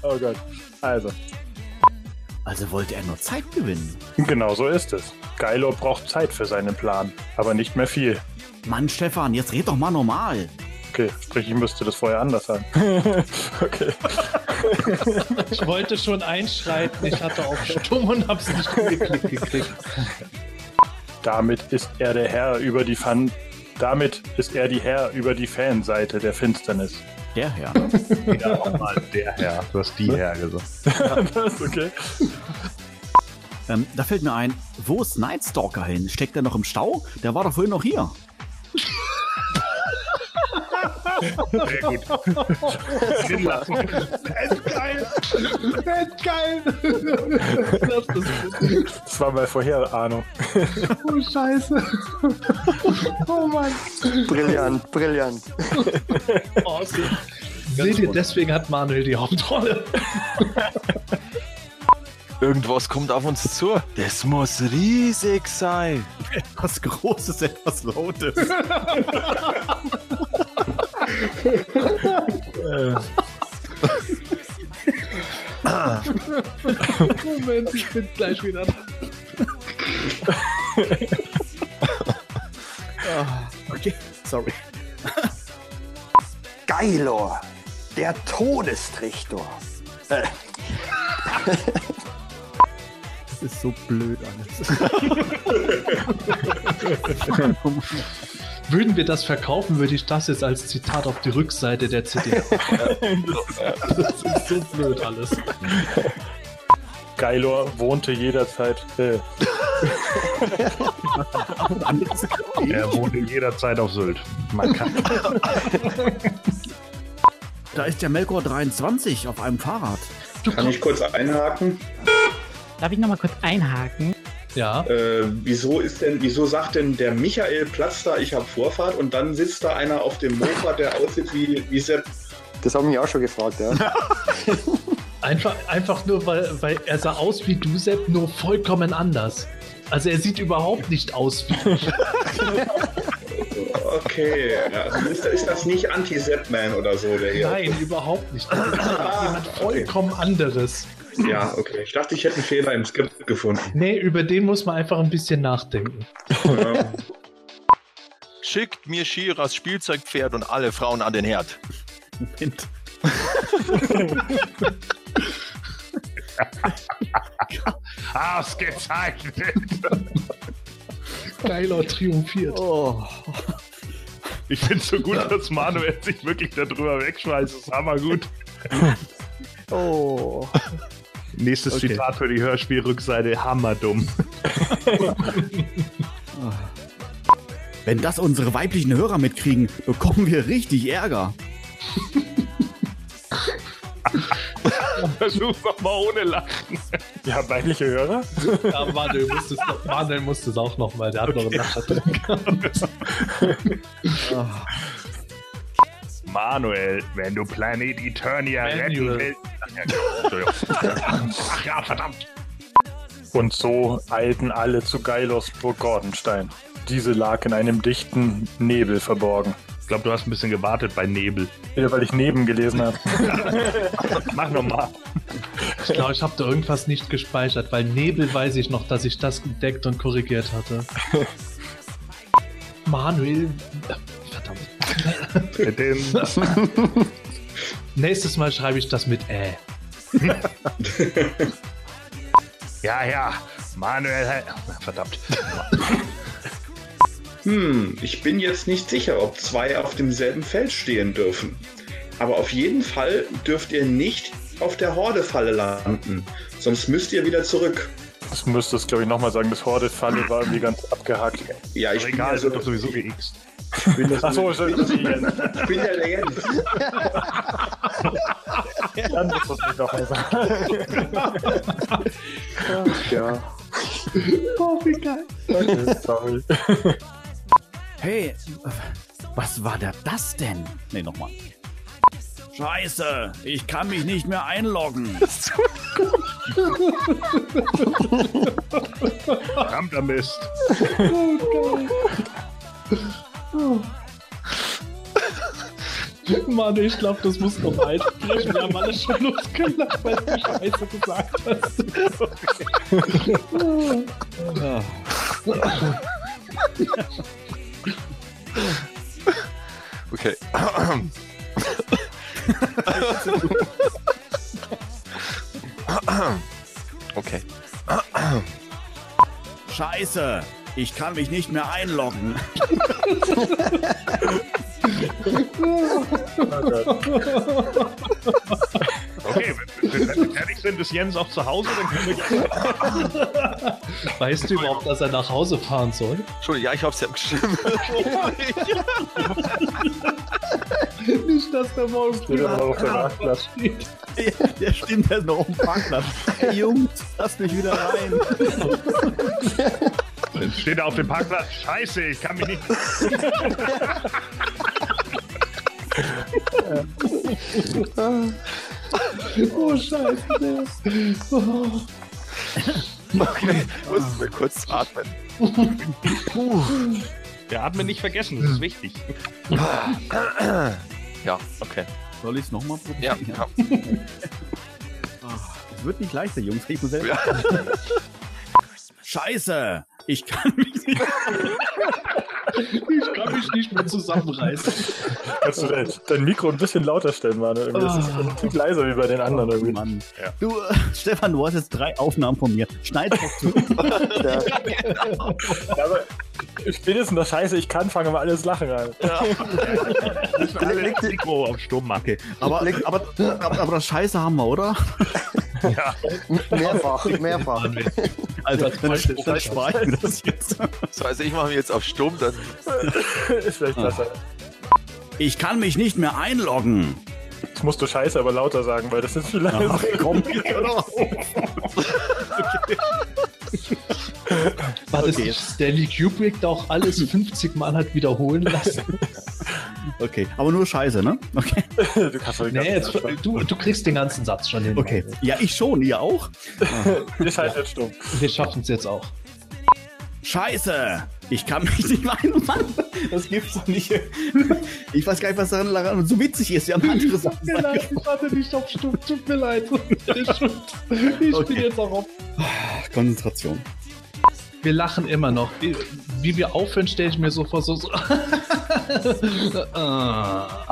S1: oh Gott. Also.
S7: Also wollte er nur Zeit gewinnen.
S1: Genau so ist es. Geilo braucht Zeit für seinen Plan, aber nicht mehr viel.
S7: Mann, Stefan, jetzt red doch mal normal.
S1: Okay, sprich, ich müsste das vorher anders sagen. okay.
S6: Ich wollte schon einschreiten, ich hatte auf Stumm und hab's nicht geklickt gekriegt.
S1: Damit ist er der Herr über die Fan. Damit ist er die Herr über die Fanseite der Finsternis.
S7: Der Herr.
S2: Ja, auch mal der Herr. Du hast die Herr gesagt.
S1: das ist okay.
S7: Ähm, da fällt mir ein, wo ist Nightstalker hin? Steckt er noch im Stau? Der war doch vorhin noch hier.
S2: Sehr gut. Sinn lassen. Das ist geil. Das ist geil. Lass das gut.
S1: Das war meine Vorherahnung.
S2: Oh, Scheiße. Oh, Mann.
S4: Brillant, brillant.
S6: Awesome. Seht ihr, deswegen hat Manuel die Hauptrolle.
S9: Irgendwas kommt auf uns zu. Das muss riesig sein.
S7: Etwas Großes, etwas Lautes.
S6: Moment, ich bin gleich wieder da.
S7: Ah, okay, sorry.
S4: Geilor, der Todestrichter. Äh,
S7: Das ist so blöd alles.
S6: Würden wir das verkaufen, würde ich das jetzt als Zitat auf die Rückseite der CD. Das ist so blöd alles.
S1: Geilor wohnte jederzeit. Äh,
S2: Er wohnt jederzeit auf Sylt. Man kann.
S7: da ist der Melkor 23 auf einem Fahrrad.
S5: Kann ich kurz einhaken?
S17: Darf ich nochmal kurz einhaken?
S6: Ja.
S5: Äh, wieso ist denn, wieso sagt denn der Michael Platz da, ich habe Vorfahrt und dann sitzt da einer auf dem Mofa, der aussieht wie, wie Sepp.
S4: Das haben wir auch schon gefragt, ja.
S6: Einfach, einfach nur, weil, weil er sah aus wie du, Sepp, nur vollkommen anders. Also er sieht überhaupt nicht aus wie ich.
S5: Okay, also ist, ist das nicht Anti-Sepp-Man oder so, der hier? Ah,
S6: Nein, überhaupt nicht. Das ist jemand vollkommen anderes.
S5: Ja, okay. Ich dachte, ich hätte einen Fehler im Skript gefunden.
S6: Nee, über den muss man einfach ein bisschen nachdenken.
S5: Ja.
S9: Schickt mir Shiras Spielzeugpferd und alle Frauen an den Herd.
S7: Moment.
S2: Ausgezeichnet.
S6: Geiler triumphiert.
S7: Oh.
S2: Ich finde es so gut, dass Manuel sich wirklich darüber wegschmeißt. Das ist hammer gut.
S7: Oh.
S2: Nächstes
S7: Okay.
S2: Zitat für die Hörspielrückseite. Hammerdumm.
S7: Wenn das unsere weiblichen Hörer mitkriegen, bekommen wir richtig Ärger.
S2: Versuch's doch mal ohne Lachen.
S1: ja, weibliche Hörer?
S6: Ja, Manuel musste es noch- Manuel musste es auch nochmal. Der hat noch einen Nachschlag.
S2: Manuel, wenn du Planet Eternia
S6: Manuel.
S2: retten willst. Ach ja, Entschuldigung. Ach ja, verdammt.
S1: Und so eilten alle zu Geilos Burg Gordenstein. Diese lag in einem dichten Nebel verborgen.
S2: Ich glaube, du hast ein bisschen gewartet bei Nebel.
S1: Wieder weil ich neben gelesen habe.
S2: Mach nochmal.
S6: Ich glaube, ich habe da irgendwas nicht gespeichert, weil Nebel weiß ich noch, dass ich das entdeckt und korrigiert hatte. Manuel. Verdammt. Nächstes Mal schreibe ich das mit äh. Ä.
S2: Ja, ja. Manuel. Verdammt.
S5: Hm, ich bin jetzt nicht sicher, ob zwei auf demselben Feld stehen dürfen. Aber auf jeden Fall dürft ihr nicht auf der Horde-Falle landen. Sonst müsst ihr wieder zurück.
S1: Das müsste es, glaube ich, nochmal sagen. Das Horde-Falle war irgendwie ganz abgehackt.
S5: Ja, ich bin ja
S2: Regal
S5: so-
S2: wird doch sowieso geixt.
S5: Ich bin das
S1: Achso, ich
S5: Ich bin der Legende.
S1: Dann muss das nicht nochmal sagen. ja.
S18: Oh, wie geil.
S1: Sorry.
S19: Hey, was war da das denn? Nee, nochmal.
S3: Scheiße, ich kann mich nicht mehr einloggen.
S2: Verdammter Mist.
S6: Mann, ich glaube, das muss noch einsprechen. Wir haben alle schon losgelacht, weil du Scheiße gesagt hast.
S10: Okay.
S9: Okay.
S3: Scheiße, ich kann mich nicht mehr einloggen.
S2: Okay, wenn, wenn wir fertig sind, ist Jens auch zu Hause, dann können wir gleich.
S6: Weißt du überhaupt, dass er nach Hause fahren soll?
S9: Entschuldigung, ja, ich hab's ja geschrieben.
S6: Nicht, dass der morgen
S9: Steht aber auf der Parkplatz.
S6: steht.
S7: Der stimmt, der ist noch auf dem Parkplatz. Hey, Jungs, lasst mich wieder rein.
S2: Steht er auf dem Parkplatz? Scheiße, ich kann mich nicht.
S6: oh, Scheiße.
S9: Okay, muss mir kurz atmen.
S2: Puh. Wir haben ihn nicht vergessen, das ist wichtig.
S9: Ja, okay.
S7: Soll ich es nochmal probieren? Ah,
S9: Ja, ja.
S7: Es wird nicht leichter, Jungs. Ich muss selber. Scheiße, ich kann mich nicht.
S6: Ich kann mich nicht mehr zusammenreißen.
S1: Kannst du dein, dein Mikro ein bisschen lauter stellen, Mann? Irgendwie Das ist ein Tick leiser wie bei den
S2: Oh,
S1: anderen irgendwie.
S7: Mann. Du, äh, Stefan, du hast jetzt drei Aufnahmen von mir. Schneid doch zu.
S1: Spätestens das Scheiße, ich kann, fangen wir alles lachen an.
S2: Alle das Mikro auf Stumm machen.
S7: Aber, aber, aber, aber das Scheiße haben wir, oder?
S2: Ja.
S20: Mehrfach, mehrfach.
S7: Alter, dann,
S9: Das ist
S7: dann spare ich mir das jetzt.
S9: So, also ich mache mich jetzt auf stumm, dann.
S1: ist vielleicht besser.
S7: Ich kann mich nicht mehr einloggen.
S1: Jetzt musst du Scheiße aber lauter sagen, weil das ist viel leiser.
S7: Ach, komm.
S6: War das nicht Stanley Kubrick da auch alles 50 Mal hat wiederholen lassen?
S7: Okay, aber nur Scheiße, ne? Okay.
S1: du kannst doch
S6: Nee, jetzt, du, du kriegst den ganzen Satz schon hin.
S7: Okay. Ja, ich schon, ihr auch.
S1: Wir schalten jetzt stumm.
S6: Wir schaffen es jetzt auch.
S7: Scheiße! Ich kann mich nicht mehr ein- Mann, Das gibt's doch nicht. Ich weiß gar nicht, was daran daran so witzig ist. Wir haben andere Sachen.
S6: Tut mir leid, ich hatte nicht auf Stumm. Tut mir leid. Ich bin jetzt auch auf.
S7: Konzentration.
S6: Wir lachen immer noch. Wie, wie wir aufhören, stelle ich mir so vor, so. so. Ah.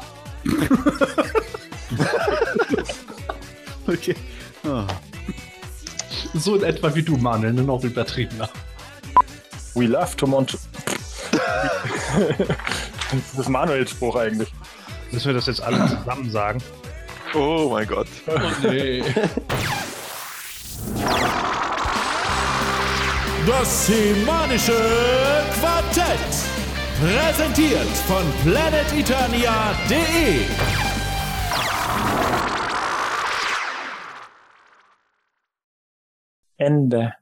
S7: Okay. Ah.
S6: So in etwa wie du, Manuel, nur noch übertriebener.
S1: We love to Mont. das ist Manuels Spruch eigentlich.
S2: Müssen wir das jetzt alle zusammen sagen?
S9: Oh mein Gott.
S6: nee.
S3: Das semanische Quartett. Präsentiert von planeteternia.de.
S1: Ende.